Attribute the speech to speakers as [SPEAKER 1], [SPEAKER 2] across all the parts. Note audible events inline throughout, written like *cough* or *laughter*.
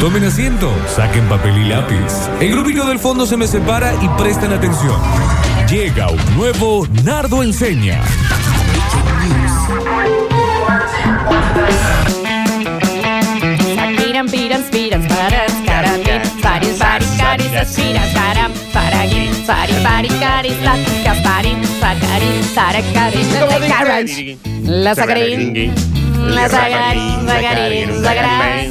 [SPEAKER 1] Tomen asiento, saquen papel y lápiz. El grupito del fondo se me separa y prestan atención. Llega un nuevo Nardo Enseña.
[SPEAKER 2] Piran, piran, piran, paras, caran, paris, paris, caris, aspiras, param, paragin, paris, paris, caris, lática, parin, sacarin, saracarin, sacarin, la sacarin, la sacarin, sacarin, sacarin, sacarin,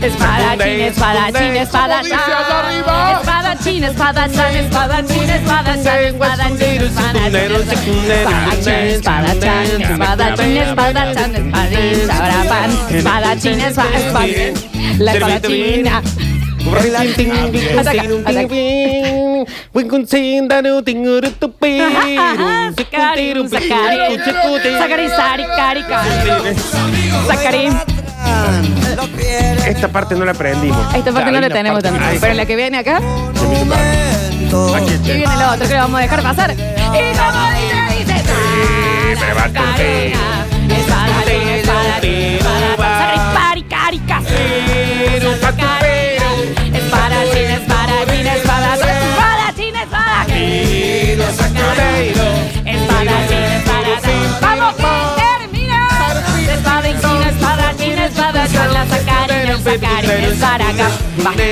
[SPEAKER 2] Espadachín, espadachín, espadachín. Espadachín, espadachín, espadachín, espadachín, espadachín, espadachín. Espadachín, espadachín, espadachín, espadachín, espadachín, sabrapán. Espadachín, espadachín, la espadachina. Sacarín, sacarín, sari, cari, cari. Sacarín.
[SPEAKER 3] Esta parte no la aprendimos.
[SPEAKER 2] Esta parte no la tenemos también. Pero la que viene acá.
[SPEAKER 3] Aquí
[SPEAKER 2] Y
[SPEAKER 3] está.
[SPEAKER 2] viene lo otro que lo vamos a dejar pasar. Y como dice, dice.
[SPEAKER 3] me va a tocar.
[SPEAKER 2] Espadachín, espadachín, espadachín, Sacri, cari, cari, Espadachín, espadachín, espadachín, espadachín, espadachín. Espadachín, espadachín. ¡Vamos, que termina! Espadachín, espadachín, espadachín, la sacarín, el sacarín, el saracán. Basta.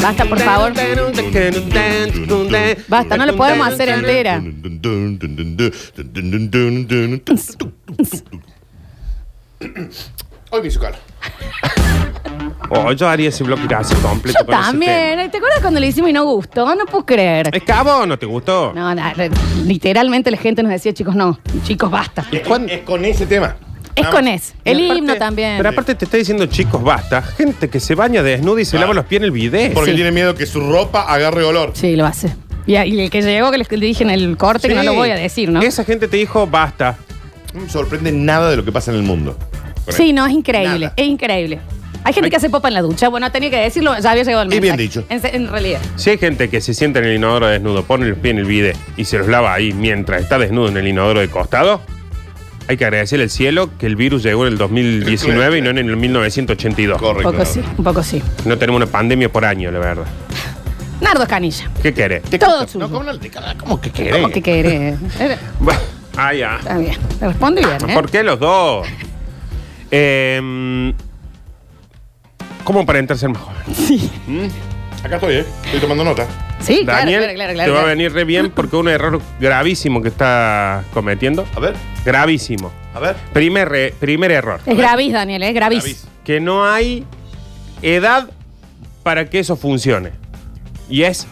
[SPEAKER 2] Basta, por favor. Basta, no lo podemos hacer entera.
[SPEAKER 4] Hoy musical.
[SPEAKER 3] Oh, yo haría ese bloque así completo.
[SPEAKER 2] Yo
[SPEAKER 3] con ese tema.
[SPEAKER 2] también. ¿Te acuerdas cuando le hicimos y no gustó? No puedo creer.
[SPEAKER 3] ¿Es cabo o no te gustó?
[SPEAKER 2] No, no, re- literalmente la gente nos decía, chicos, no, chicos, basta.
[SPEAKER 4] Es con, es con ese tema.
[SPEAKER 2] Es con eso. El
[SPEAKER 3] Y aparte-
[SPEAKER 2] himno también.
[SPEAKER 3] Pero aparte te está diciendo, chicos, basta. Gente que se baña desnuda y se
[SPEAKER 4] Ah.
[SPEAKER 3] lava los pies en el video.
[SPEAKER 4] Porque
[SPEAKER 2] Sí.
[SPEAKER 4] tiene miedo que su ropa agarre olor.
[SPEAKER 2] Sí, lo hace. Y, y el que llegó, que les- le dije en el corte, que no
[SPEAKER 3] Sí.
[SPEAKER 2] lo voy a decir, ¿no?
[SPEAKER 3] Esa gente te dijo, basta.
[SPEAKER 4] No me sorprende nada de lo que pasa en el mundo. Con
[SPEAKER 2] Sí,
[SPEAKER 4] él.
[SPEAKER 2] no, es increíble.
[SPEAKER 4] Nada.
[SPEAKER 2] Es increíble. Hay gente que hace popa en la ducha. Bueno, tenía que decirlo, ya había llegado el
[SPEAKER 4] Y
[SPEAKER 2] mensaje.
[SPEAKER 4] bien dicho.
[SPEAKER 2] En, se- en realidad.
[SPEAKER 3] Si hay gente que se sienta en el inodoro desnudo, pone el pie en el bide y se los lava ahí mientras está desnudo en el inodoro de costado, hay que agradecerle al cielo que el virus llegó en el 2019 y no en el 1982.
[SPEAKER 2] Un
[SPEAKER 4] Correcto.
[SPEAKER 2] poco sí, un poco sí.
[SPEAKER 3] No tenemos una pandemia por año, la verdad.
[SPEAKER 2] Nardo Canilla.
[SPEAKER 3] ¿Qué querés?
[SPEAKER 4] Te
[SPEAKER 2] Todo
[SPEAKER 4] escucho.
[SPEAKER 2] suyo.
[SPEAKER 4] No, ¿cómo no te cagas? ¿Cómo que querés?
[SPEAKER 2] ¿Cómo que
[SPEAKER 4] *laughs*
[SPEAKER 2] querés? Era-
[SPEAKER 3] *laughs* Bueno, ah, ya.
[SPEAKER 2] Está bien. Te respondo bien, ¿eh?
[SPEAKER 3] ¿Por qué los dos? Eh, ¿Cómo para entrarse más joven?
[SPEAKER 4] Acá estoy, ¿eh? Estoy tomando nota.
[SPEAKER 2] Sí, claro,
[SPEAKER 3] Daniel,
[SPEAKER 2] claro, claro, claro,
[SPEAKER 3] te va a
[SPEAKER 2] claro.
[SPEAKER 3] venir re bien porque un error gravísimo que está cometiendo.
[SPEAKER 4] A ver,
[SPEAKER 3] Gravísimo.
[SPEAKER 4] a ver.
[SPEAKER 3] Primer, re- primer error.
[SPEAKER 2] Es gravis, Daniel, es gravis.
[SPEAKER 4] Gravis.
[SPEAKER 3] Que no hay edad para que eso funcione. Y es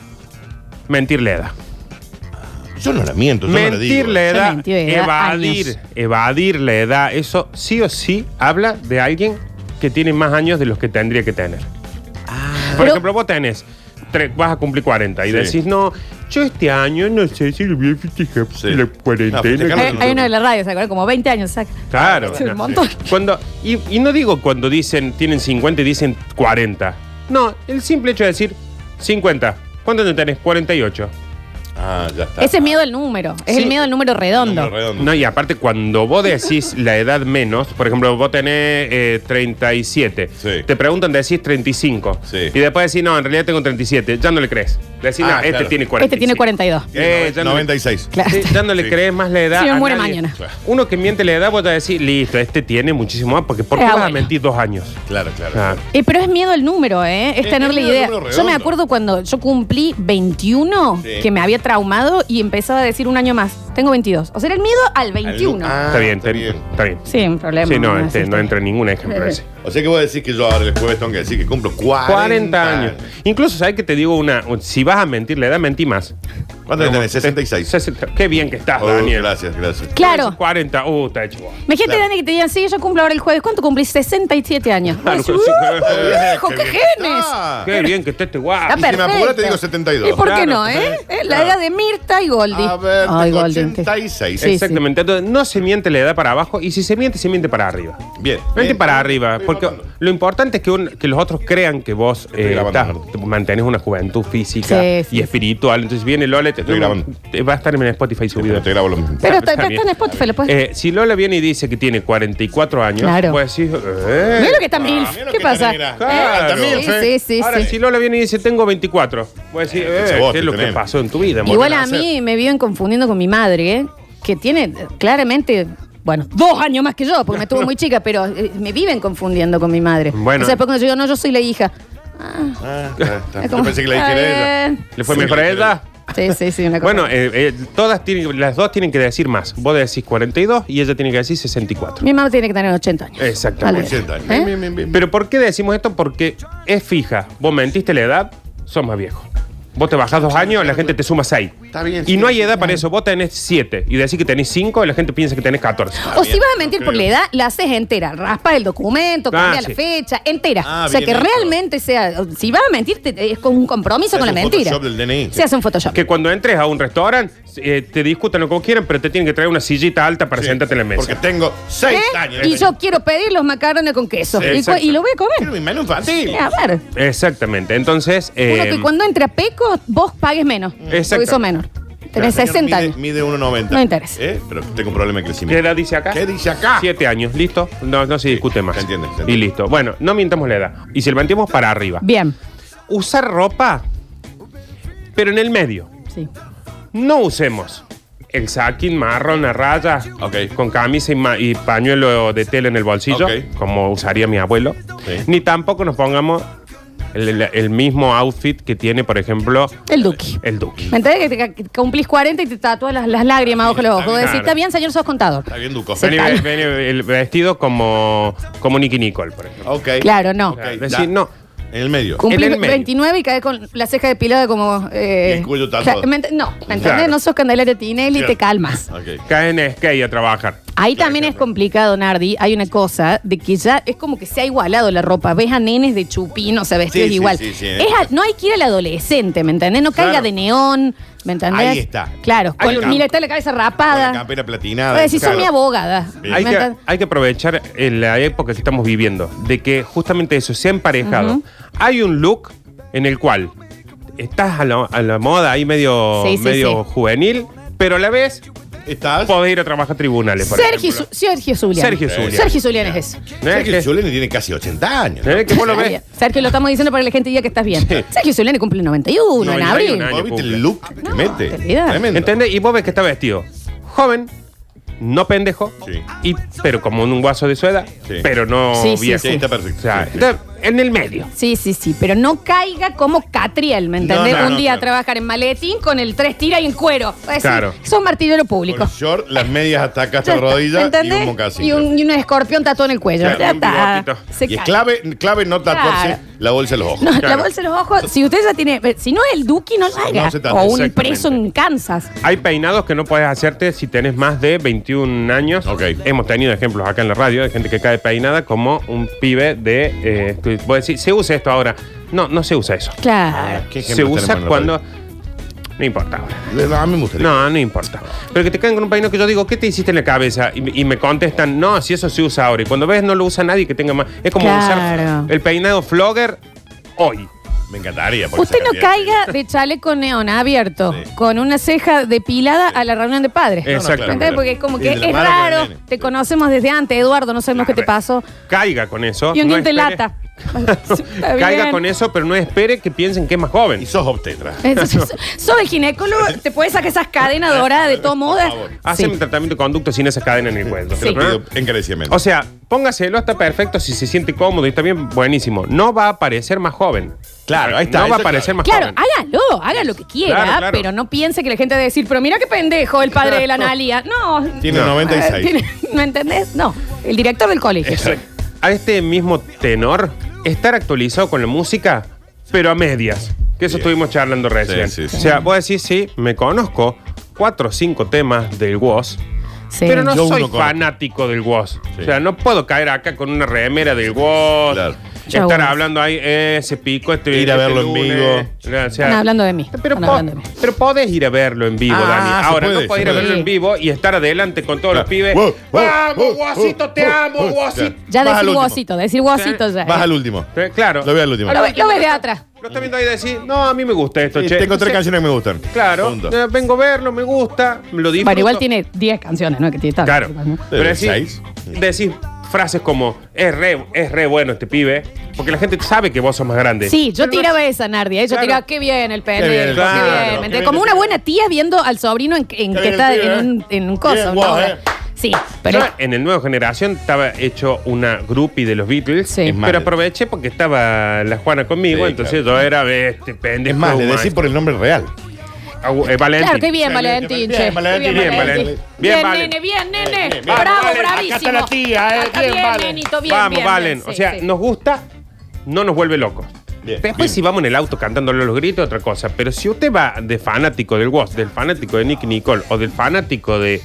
[SPEAKER 3] mentir la edad.
[SPEAKER 4] Yo no la miento, yo no la digo. ¿eh?
[SPEAKER 3] Mentir la
[SPEAKER 2] Yo
[SPEAKER 3] edad,
[SPEAKER 2] mentí de edad
[SPEAKER 3] evadir,
[SPEAKER 2] años.
[SPEAKER 3] evadir la edad, eso sí o sí habla de alguien que tiene más años de los que tendría que tener. Por
[SPEAKER 2] Pero-
[SPEAKER 3] ejemplo, vos tenés, tre- vas a cumplir 40 y
[SPEAKER 4] Sí.
[SPEAKER 3] decís, no, yo este año no sé si lo voy a festejar por
[SPEAKER 4] Sí.
[SPEAKER 3] la
[SPEAKER 4] No, festejar
[SPEAKER 3] cuarentena.
[SPEAKER 4] no
[SPEAKER 2] Hay, hay uno de la radio, ¿se acuerdan? Como 20 años saca.
[SPEAKER 3] Claro.
[SPEAKER 2] Sí, un
[SPEAKER 3] no.
[SPEAKER 2] montón.
[SPEAKER 3] Cuando, y, y no digo cuando dicen, tienen 50 y dicen 40. No, el simple hecho de decir 50. ¿Cuánto te tenés? 48.
[SPEAKER 4] Ah, ya está.
[SPEAKER 2] Ese es miedo al número. Es
[SPEAKER 3] Sí.
[SPEAKER 2] el miedo al número redondo.
[SPEAKER 4] Número redondo.
[SPEAKER 3] No, y aparte, cuando vos
[SPEAKER 2] *laughs*
[SPEAKER 3] decís la edad menos, por ejemplo, vos tenés eh, 37,
[SPEAKER 4] Sí.
[SPEAKER 3] te preguntan, decís 35,
[SPEAKER 4] Sí.
[SPEAKER 3] y después decís, no, en realidad tengo 37, ya no le crees. Decís,
[SPEAKER 4] Ah,
[SPEAKER 3] no, este
[SPEAKER 4] claro.
[SPEAKER 3] tiene 40.
[SPEAKER 2] Este tiene 42.
[SPEAKER 4] Tiene
[SPEAKER 3] Eh, ya no-
[SPEAKER 4] 96.
[SPEAKER 2] Claro.
[SPEAKER 3] ya no le
[SPEAKER 4] Sí.
[SPEAKER 3] crees más la edad.
[SPEAKER 2] Sí, me
[SPEAKER 3] a
[SPEAKER 2] muere
[SPEAKER 3] nadie.
[SPEAKER 2] mañana.
[SPEAKER 4] Claro.
[SPEAKER 3] Uno que miente la edad, vos te decís, listo, este tiene muchísimo más, porque ¿por qué
[SPEAKER 2] Es
[SPEAKER 3] vas a
[SPEAKER 2] abuelo.
[SPEAKER 3] mentir dos años?
[SPEAKER 4] Claro, claro.
[SPEAKER 3] Ah.
[SPEAKER 2] Eh, pero es miedo al número, ¿eh? Es
[SPEAKER 4] Es
[SPEAKER 2] tener la
[SPEAKER 4] miedo al
[SPEAKER 2] idea.
[SPEAKER 4] número
[SPEAKER 2] Yo me
[SPEAKER 4] redondo.
[SPEAKER 2] acuerdo cuando yo cumplí 21,
[SPEAKER 4] Sí.
[SPEAKER 2] que me había traumado y empezaba a decir un año más. Tengo 22. O sea, era el miedo al 21.
[SPEAKER 4] Ah,
[SPEAKER 3] está bien,
[SPEAKER 4] está
[SPEAKER 3] está
[SPEAKER 4] bien.
[SPEAKER 3] bien. Está bien.
[SPEAKER 2] Sí, un problema.
[SPEAKER 3] Sí, no,
[SPEAKER 2] Así
[SPEAKER 3] este,
[SPEAKER 2] está
[SPEAKER 3] no entra en ningún ejemplo ese.
[SPEAKER 4] O sea que voy a decir que yo ahora el jueves tengo que decir que cumplo 40,
[SPEAKER 3] 40 años. Incluso, ¿sabes que te digo una? Si vas a mentir, la edad mentí más.
[SPEAKER 4] ¿Cuánto tenés? 66.
[SPEAKER 3] 60. Qué bien que estás,
[SPEAKER 4] Oh,
[SPEAKER 3] Daniel.
[SPEAKER 4] gracias, gracias.
[SPEAKER 2] Claro.
[SPEAKER 3] 40. Uh, está hecho.
[SPEAKER 2] Imagínate,
[SPEAKER 4] Claro.
[SPEAKER 2] Dani, que te digan, sí, yo cumplo ahora el jueves. ¿Cuánto cumplís? 67 años.
[SPEAKER 3] Claro,
[SPEAKER 2] Vos decís,
[SPEAKER 3] sí.
[SPEAKER 2] ¡Uh, viejo,
[SPEAKER 4] *laughs* Qué
[SPEAKER 2] qué
[SPEAKER 4] bien.
[SPEAKER 2] genes!
[SPEAKER 4] Ah,
[SPEAKER 3] Qué bien que estés
[SPEAKER 2] Está
[SPEAKER 3] este guapo.
[SPEAKER 4] Y si me
[SPEAKER 2] perfecto.
[SPEAKER 4] apura te digo 72.
[SPEAKER 2] ¿Y por qué
[SPEAKER 3] Claro,
[SPEAKER 2] no, eh?
[SPEAKER 3] perfecto.
[SPEAKER 2] Eh, La edad de Mirta y Goldie.
[SPEAKER 4] A ver,
[SPEAKER 2] Ay,
[SPEAKER 4] tengo
[SPEAKER 2] Goldie, qué-
[SPEAKER 4] 86.
[SPEAKER 2] Sí, sí.
[SPEAKER 3] Exactamente. Entonces, no se miente la edad para abajo y si se miente, se miente para arriba.
[SPEAKER 4] Bien.
[SPEAKER 3] Miente
[SPEAKER 4] Bien.
[SPEAKER 3] para arriba, porque lo importante es que, un- que los otros crean que vos eh,
[SPEAKER 4] grabando,
[SPEAKER 3] estás-
[SPEAKER 4] Nardo.
[SPEAKER 3] te mantenés una juventud física
[SPEAKER 2] Sí, sí.
[SPEAKER 3] y espiritual. Entonces viene Lola, te,
[SPEAKER 4] Estoy grabando.
[SPEAKER 3] te- va a estar en Spotify subido.
[SPEAKER 4] Te grabo lo mismo.
[SPEAKER 2] Pero está, está
[SPEAKER 3] Está
[SPEAKER 2] en
[SPEAKER 3] bien.
[SPEAKER 2] Spotify, lo puedes.
[SPEAKER 3] Eh, si Lola viene y dice que tiene 44 años,
[SPEAKER 2] Claro.
[SPEAKER 3] pues decís, eh,
[SPEAKER 2] Mira lo que está Milf.
[SPEAKER 4] mira Ah, lo
[SPEAKER 2] ¿Qué
[SPEAKER 4] que
[SPEAKER 2] pasa?
[SPEAKER 4] está eh. negra.
[SPEAKER 2] Eh,
[SPEAKER 3] Claro.
[SPEAKER 2] Sí, sí, sí.
[SPEAKER 3] Ahora,
[SPEAKER 2] sí.
[SPEAKER 3] si Lola viene y dice, tengo 24, pues decís,
[SPEAKER 4] Eh,
[SPEAKER 3] eh,
[SPEAKER 4] esa voz
[SPEAKER 3] ¿qué es
[SPEAKER 4] que
[SPEAKER 3] lo que
[SPEAKER 4] tenemos.
[SPEAKER 3] pasó en tu vida? amor?
[SPEAKER 2] Igual a
[SPEAKER 4] hacer.
[SPEAKER 2] mí me viven confundiendo con mi madre, ¿eh? que tiene eh, claramente, bueno, dos años más que yo, porque me estuvo muy chica, pero eh, me viven confundiendo con mi madre.
[SPEAKER 3] Bueno.
[SPEAKER 2] O sea, porque cuando yo digo, no, yo soy la hija.
[SPEAKER 4] Ah, está, está.
[SPEAKER 2] Es
[SPEAKER 4] Yo
[SPEAKER 2] como-
[SPEAKER 4] pensé que la dije
[SPEAKER 2] Ah,
[SPEAKER 4] a ella.
[SPEAKER 2] bien.
[SPEAKER 3] ¿Le fue
[SPEAKER 4] Sí,
[SPEAKER 3] mejor
[SPEAKER 4] que
[SPEAKER 3] a
[SPEAKER 4] la dije a
[SPEAKER 3] ella?
[SPEAKER 2] Sí, sí, sí, una cosa.
[SPEAKER 3] Bueno, eh, eh, todas tienen, las dos tienen que decir más. Vos decís 42 y ella tiene que decir 64.
[SPEAKER 2] mi mamá tiene que tener 80 años.
[SPEAKER 3] Exactamente.
[SPEAKER 4] 80 años.
[SPEAKER 2] ¿Eh?
[SPEAKER 4] Bien, bien, bien, bien.
[SPEAKER 3] Pero ¿por qué decimos esto? Porque es fija. Vos mentiste la edad, sos más viejo. Vos te bajás dos años, la gente te suma seis.
[SPEAKER 4] Está bien,
[SPEAKER 3] Y
[SPEAKER 4] sí, Ah.
[SPEAKER 3] no hay
[SPEAKER 4] sí,
[SPEAKER 3] edad para eso. Vos tenés siete y decís que tenés cinco, la gente piensa que tenés 14.
[SPEAKER 2] O si vas a mentir
[SPEAKER 4] Ah, ok.
[SPEAKER 2] por la edad, la haces entera. Raspa el documento,
[SPEAKER 3] Ah,
[SPEAKER 2] cambia
[SPEAKER 3] sí.
[SPEAKER 2] la fecha, entera.
[SPEAKER 4] Ah,
[SPEAKER 2] o sea,
[SPEAKER 4] bien
[SPEAKER 2] que
[SPEAKER 4] hecho.
[SPEAKER 2] realmente sea. Si vas a mentir, te- es con un compromiso
[SPEAKER 4] Hace
[SPEAKER 2] con la
[SPEAKER 4] un
[SPEAKER 2] mentira.
[SPEAKER 4] Photoshop del DNI.
[SPEAKER 2] Se hace un Photoshop.
[SPEAKER 3] Que cuando entres a un restaurante, eh, te discutan lo que vos quieran, pero te tienen que traer una sillita alta para
[SPEAKER 4] Sí,
[SPEAKER 3] sentarte en la mesa.
[SPEAKER 4] Porque tengo 6
[SPEAKER 2] ¿Eh?
[SPEAKER 4] años.
[SPEAKER 2] Y yo quiero pedir los macarrones con queso.
[SPEAKER 3] Sí,
[SPEAKER 2] y, cu-
[SPEAKER 3] exacto.
[SPEAKER 2] y lo voy a
[SPEAKER 4] Quiero
[SPEAKER 2] comer. Eh,
[SPEAKER 4] mi menú infantil.
[SPEAKER 2] A ver.
[SPEAKER 3] Exactamente. Entonces.
[SPEAKER 2] Uno
[SPEAKER 3] eh,
[SPEAKER 2] que cuando entra Peco, vos pagues menos.
[SPEAKER 3] Exacto.
[SPEAKER 2] Porque sos menor. Tenés
[SPEAKER 4] Mm. Señor,
[SPEAKER 2] 60
[SPEAKER 4] mide-
[SPEAKER 2] años.
[SPEAKER 4] Mide 1,90.
[SPEAKER 2] No interesa.
[SPEAKER 4] ¿Eh? Pero tengo un problema de
[SPEAKER 3] ¿Qué
[SPEAKER 4] crecimiento.
[SPEAKER 3] edad dice acá?
[SPEAKER 4] ¿Qué dice acá?
[SPEAKER 3] Siete años, listo. No, no se discute más.
[SPEAKER 4] se entiende, se
[SPEAKER 3] Y
[SPEAKER 4] entiende.
[SPEAKER 3] listo. Bueno, no mintamos la edad. Y si lo mentimos para arriba.
[SPEAKER 2] Bien.
[SPEAKER 3] Usar ropa, pero en el medio.
[SPEAKER 2] Sí.
[SPEAKER 3] No usemos el sacking marrón a rayas,
[SPEAKER 4] Ok.
[SPEAKER 3] con camisa y, ma- y pañuelo de tela en el bolsillo,
[SPEAKER 4] Ok.
[SPEAKER 3] como usaría mi abuelo.
[SPEAKER 4] Sí.
[SPEAKER 3] Ni tampoco nos pongamos el, el- el mismo outfit que tiene, por ejemplo,
[SPEAKER 2] El Duki.
[SPEAKER 3] el Duque.
[SPEAKER 2] ¿Me entendés que, te, que cumplís 40 y te tatúas las, las lágrimas bajo los
[SPEAKER 4] Eh. está
[SPEAKER 2] ojos?
[SPEAKER 4] bien,
[SPEAKER 2] Decís,
[SPEAKER 3] claro.
[SPEAKER 2] está bien, señor, sos contador.
[SPEAKER 4] Está bien, Duco.
[SPEAKER 2] Se
[SPEAKER 3] Vení,
[SPEAKER 2] tal.
[SPEAKER 3] vení, el vestido como, como Nicky Nicole, por ejemplo.
[SPEAKER 4] Ok.
[SPEAKER 2] Claro, no.
[SPEAKER 4] Ok,
[SPEAKER 3] Es
[SPEAKER 4] ya.
[SPEAKER 3] decir, no.
[SPEAKER 4] En el medio.
[SPEAKER 3] Cum-
[SPEAKER 2] Cumplís
[SPEAKER 3] En el medio.
[SPEAKER 2] 29 y caes con la ceja depilada como. eh,
[SPEAKER 4] Y el cuello tatuado.
[SPEAKER 2] claro, ¿me ent- No, ¿me entendés?
[SPEAKER 3] Claro.
[SPEAKER 2] No sos Candelaria Tinelli y
[SPEAKER 4] Claro.
[SPEAKER 2] te calmas.
[SPEAKER 4] Ok.
[SPEAKER 3] Cae en skate a trabajar.
[SPEAKER 2] Ahí también es complicado, Nardi. Hay una cosa de que ya es como que se ha igualado la ropa. Ves a nenes de chupín, o sea, vestidos
[SPEAKER 4] sí,
[SPEAKER 2] igual.
[SPEAKER 4] sí, sí.
[SPEAKER 2] Es a- no hay que ir al adolescente, ¿me entendés? No caiga
[SPEAKER 3] Claro.
[SPEAKER 2] de neón, ¿me entendés?
[SPEAKER 4] Ahí está.
[SPEAKER 2] Claro.
[SPEAKER 4] Hay
[SPEAKER 2] con-
[SPEAKER 4] un-
[SPEAKER 2] mira, está la cabeza
[SPEAKER 4] Con la
[SPEAKER 2] rapada.
[SPEAKER 4] campera
[SPEAKER 2] Voy
[SPEAKER 4] platinada.
[SPEAKER 2] a decir,
[SPEAKER 4] Claro.
[SPEAKER 2] soy mi abogada. ¿me
[SPEAKER 3] Hay que,
[SPEAKER 2] entendés?
[SPEAKER 3] hay que aprovechar eh, la época que estamos viviendo, de que justamente eso se ha emparejado. Hay un look en el cual estás a la, a la moda ahí medio,
[SPEAKER 2] Sí, sí,
[SPEAKER 3] medio
[SPEAKER 2] sí.
[SPEAKER 3] juvenil, pero a la vez
[SPEAKER 4] ¿Estás?
[SPEAKER 3] podés ir a trabajar a tribunales. por
[SPEAKER 2] Sergio,
[SPEAKER 3] ejemplo.
[SPEAKER 2] Zu- Sergio Zulian.
[SPEAKER 3] Sergio Zulian.
[SPEAKER 2] Sergio Zulian es eso.
[SPEAKER 3] ¿Eh?
[SPEAKER 4] Sergio
[SPEAKER 3] Que-
[SPEAKER 4] Zuleni tiene casi 80 años.
[SPEAKER 3] ¿eh? Que vos lo
[SPEAKER 2] Está
[SPEAKER 3] ves.
[SPEAKER 2] bien. Sergio, lo estamos diciendo para que la gente diga que estás bien. Sergio Zulian cumple 91 en
[SPEAKER 3] 91
[SPEAKER 2] abril.
[SPEAKER 3] años.
[SPEAKER 4] ¿Vos viste
[SPEAKER 3] cumple.
[SPEAKER 4] el look que
[SPEAKER 2] No,
[SPEAKER 4] mete?
[SPEAKER 2] te olvidás.
[SPEAKER 4] Tremendo.
[SPEAKER 3] ¿Entendés? Y vos ves que está vestido joven, no pendejo,
[SPEAKER 4] Sí.
[SPEAKER 3] y, pero como un guaso de su edad,
[SPEAKER 4] Sí.
[SPEAKER 3] pero no
[SPEAKER 2] Sí, sí,
[SPEAKER 3] viejo.
[SPEAKER 4] Sí, está perfecto.
[SPEAKER 3] O sea,
[SPEAKER 4] Sí, sí.
[SPEAKER 3] está en el medio.
[SPEAKER 2] Sí, sí, sí, pero no caiga como Catriel, ¿me entendés?
[SPEAKER 4] No, no,
[SPEAKER 2] un
[SPEAKER 4] no,
[SPEAKER 2] día
[SPEAKER 4] claro.
[SPEAKER 2] a trabajar en maletín con el tres tira y en cuero. Es
[SPEAKER 3] Claro.
[SPEAKER 2] decir, sos martillero público.
[SPEAKER 4] Con short, las medias hasta acá, hasta
[SPEAKER 2] Ya *laughs*
[SPEAKER 4] la
[SPEAKER 2] está, ¿me
[SPEAKER 4] rodilla y
[SPEAKER 2] entendés?
[SPEAKER 4] un mocasín.
[SPEAKER 2] Y un, y un escorpión tatuado en el cuello.
[SPEAKER 3] Claro,
[SPEAKER 2] ya
[SPEAKER 3] un
[SPEAKER 2] está.
[SPEAKER 3] bigotito.
[SPEAKER 2] Se
[SPEAKER 4] Y es
[SPEAKER 2] cae.
[SPEAKER 4] clave, clave no tatuarse
[SPEAKER 2] Claro.
[SPEAKER 4] la bolsa de los ojos.
[SPEAKER 2] No, La
[SPEAKER 3] Claro.
[SPEAKER 2] bolsa en los ojos, si usted ya tiene. eh, Si no es el Duki, no lo haga.
[SPEAKER 4] No se tatúa,
[SPEAKER 2] o un
[SPEAKER 3] exactamente.
[SPEAKER 2] preso en Kansas.
[SPEAKER 3] Hay peinados que no puedes hacerte si tenés más de 21 años.
[SPEAKER 4] Ok.
[SPEAKER 3] Hemos tenido ejemplos acá en la radio de gente que cae peinada como un pibe de... Eh, que vos decís, ¿se usa esto ahora? No, no se usa eso.
[SPEAKER 2] Claro.
[SPEAKER 4] ¿Qué
[SPEAKER 3] Se
[SPEAKER 4] ejemplo
[SPEAKER 3] usa
[SPEAKER 4] tenemos en la
[SPEAKER 3] cuando...
[SPEAKER 4] radio?
[SPEAKER 3] No importa ahora.
[SPEAKER 4] No, a mí me gustaría.
[SPEAKER 3] No, no importa. Pero que te caen con un peinado que yo digo, ¿qué te hiciste en la cabeza? Y, me- y me contestan, no, si eso se usa ahora. Y cuando ves, no lo usa nadie que tenga más... Es como
[SPEAKER 2] Claro.
[SPEAKER 3] usar el peinado flogger hoy.
[SPEAKER 4] Me encantaría. porque
[SPEAKER 2] Usted no
[SPEAKER 4] sacaría-
[SPEAKER 2] caiga de chaleco neón abierto,
[SPEAKER 4] Sí.
[SPEAKER 2] con una ceja depilada a la reunión de padres.
[SPEAKER 3] Eh,
[SPEAKER 2] ¿Me
[SPEAKER 3] Exactamente.
[SPEAKER 2] entendés? Porque es como
[SPEAKER 4] Y
[SPEAKER 2] que
[SPEAKER 4] de la
[SPEAKER 2] es
[SPEAKER 4] mano que
[SPEAKER 2] raro.
[SPEAKER 4] viene.
[SPEAKER 2] Te conocemos desde antes, Eduardo, no sabemos qué te pasó.
[SPEAKER 3] Caiga con eso.
[SPEAKER 2] Y un
[SPEAKER 3] no
[SPEAKER 2] diente
[SPEAKER 3] esperes- *laughs*
[SPEAKER 2] lata. *laughs* Está
[SPEAKER 3] Caiga
[SPEAKER 2] bien.
[SPEAKER 3] con eso, pero no espere que piensen que es más joven.
[SPEAKER 4] Y sos obstetra.
[SPEAKER 2] Eso, eso- Sos el ginecólogo, te puedes sacar esas cadenas doradas de todo moda.
[SPEAKER 4] favor.
[SPEAKER 3] Hacen tratamiento de conducto sin esas cadenas en el cuello.
[SPEAKER 4] Te lo pido encarecidamente.
[SPEAKER 3] O sea, póngaselo, está perfecto, si se siente cómodo y está bien, buenísimo. No va a parecer más joven.
[SPEAKER 4] Claro, ahí está,
[SPEAKER 3] No va a
[SPEAKER 4] eso
[SPEAKER 3] parecer
[SPEAKER 4] claro.
[SPEAKER 2] Claro,
[SPEAKER 3] más joven.
[SPEAKER 2] hágalo, haga lo que quiera,
[SPEAKER 3] Claro, claro.
[SPEAKER 2] pero no piense que la gente va a decir, pero mira qué pendejo el padre de la Analia. No.
[SPEAKER 4] Tiene
[SPEAKER 2] No.
[SPEAKER 4] 96.
[SPEAKER 2] Tiene- ¿Me entendés? No, el director del colegio.
[SPEAKER 3] A este mismo tenor, estar actualizado con la música, pero a medias. Que eso
[SPEAKER 4] Bien.
[SPEAKER 3] estuvimos charlando recién.
[SPEAKER 4] sí, sí.
[SPEAKER 3] O sea, vos decís, sí, me conozco cuatro o cinco temas del WOS,
[SPEAKER 2] Sí.
[SPEAKER 3] pero no
[SPEAKER 4] Yo
[SPEAKER 3] soy
[SPEAKER 4] uno conozco.
[SPEAKER 3] fanático del WOS.
[SPEAKER 4] Sí.
[SPEAKER 3] O sea, no puedo caer acá con una remera del WOS,
[SPEAKER 4] Claro.
[SPEAKER 2] Ya
[SPEAKER 3] estar
[SPEAKER 2] bueno.
[SPEAKER 3] hablando ahí, eh, ese pico, este
[SPEAKER 4] Ir a
[SPEAKER 3] este
[SPEAKER 4] verlo en
[SPEAKER 3] lunes. O sea,
[SPEAKER 2] Están hablando de mí.
[SPEAKER 3] Pero,
[SPEAKER 2] Están
[SPEAKER 3] po-
[SPEAKER 2] hablando de mí.
[SPEAKER 3] pero podés ir a verlo en vivo,
[SPEAKER 4] Ah,
[SPEAKER 3] Dani.
[SPEAKER 4] se
[SPEAKER 3] Ahora
[SPEAKER 4] puede,
[SPEAKER 3] no podés ir
[SPEAKER 4] se
[SPEAKER 3] a
[SPEAKER 4] puede.
[SPEAKER 3] verlo en vivo y estar adelante con todos los pibes.
[SPEAKER 4] Wow, wow,
[SPEAKER 3] ¡Vamos,
[SPEAKER 4] wow,
[SPEAKER 3] guasito! ¡Te
[SPEAKER 4] wow,
[SPEAKER 3] amo,
[SPEAKER 4] wow.
[SPEAKER 3] guasito!
[SPEAKER 2] Ya
[SPEAKER 4] Vas al
[SPEAKER 2] decir
[SPEAKER 4] último.
[SPEAKER 2] guasito, decir guasito ya.
[SPEAKER 4] Vas al último.
[SPEAKER 3] Eh, Claro.
[SPEAKER 4] Lo veo al último.
[SPEAKER 2] Lo ve- lo ves de atrás.
[SPEAKER 3] Lo está viendo ahí y decís, no, a mí me gusta esto,
[SPEAKER 4] Sí,
[SPEAKER 3] che.
[SPEAKER 4] tengo tres
[SPEAKER 3] Sí,
[SPEAKER 4] canciones que me gustan.
[SPEAKER 3] Claro,
[SPEAKER 4] Punto.
[SPEAKER 3] eh, vengo a verlo, me gusta, lo disfruto.
[SPEAKER 2] Bueno, igual tiene 10 canciones, ¿no? Que tiene tantas.
[SPEAKER 3] Claro. Pero decís,
[SPEAKER 4] Seis.
[SPEAKER 3] decís frases como, es re, es re bueno este pibe, porque la gente sabe que vos sos más grande.
[SPEAKER 2] Sí, yo
[SPEAKER 3] Pero no-
[SPEAKER 2] tiraba esa, Nardi. ¿eh? Yo
[SPEAKER 3] Claro.
[SPEAKER 2] tiraba, qué bien el pendejo, qué
[SPEAKER 4] bien,
[SPEAKER 2] bien.
[SPEAKER 3] claro,
[SPEAKER 2] ¿me
[SPEAKER 3] qué
[SPEAKER 2] entiendes?
[SPEAKER 4] bien
[SPEAKER 2] Como
[SPEAKER 4] el
[SPEAKER 2] una
[SPEAKER 4] pibe.
[SPEAKER 2] buena tía viendo al sobrino en, en que
[SPEAKER 4] bien
[SPEAKER 2] está
[SPEAKER 4] el pibe,
[SPEAKER 2] en un,
[SPEAKER 4] eh.
[SPEAKER 2] en un coso.
[SPEAKER 4] Bien,
[SPEAKER 2] ¿no?
[SPEAKER 4] guau, eh.
[SPEAKER 2] Sí, pero...
[SPEAKER 3] Yo, en el Nueva Generación estaba hecho una groupie de los Beatles,
[SPEAKER 2] Sí. Es
[SPEAKER 4] más,
[SPEAKER 3] pero
[SPEAKER 4] le-
[SPEAKER 3] aproveché porque estaba la Juana conmigo,
[SPEAKER 4] Sí,
[SPEAKER 3] entonces yo era "Ve, este pendejo.
[SPEAKER 4] Es más, le
[SPEAKER 3] man".
[SPEAKER 4] decís por el nombre real.
[SPEAKER 3] Agu- eh, Valentín.
[SPEAKER 2] Claro, qué bien,
[SPEAKER 4] Bien,
[SPEAKER 2] Valentín,
[SPEAKER 4] bien,
[SPEAKER 2] che.
[SPEAKER 4] bien, Valentín,
[SPEAKER 2] Qué
[SPEAKER 3] bien, Valentín. Bien,
[SPEAKER 2] Bien,
[SPEAKER 3] Valen.
[SPEAKER 2] nene, bien, nene.
[SPEAKER 4] bien, bien.
[SPEAKER 2] Bravo,
[SPEAKER 3] Valen, acá
[SPEAKER 2] bravísimo.
[SPEAKER 4] está la tía, eh.
[SPEAKER 2] Acá
[SPEAKER 4] Bien,
[SPEAKER 2] bien,
[SPEAKER 4] Valen.
[SPEAKER 2] nenito, bien,
[SPEAKER 3] vamos,
[SPEAKER 2] bien,
[SPEAKER 3] Valen.
[SPEAKER 2] bien.
[SPEAKER 3] o
[SPEAKER 2] Sí,
[SPEAKER 3] sea,
[SPEAKER 2] sí.
[SPEAKER 3] nos gusta, no nos vuelve locos.
[SPEAKER 4] Bien,
[SPEAKER 3] Después
[SPEAKER 4] bien.
[SPEAKER 3] si vamos en el auto cantándole los gritos, otra cosa. Pero si usted va de fanático del Woz, del fanático de Nick Nicole o del fanático de...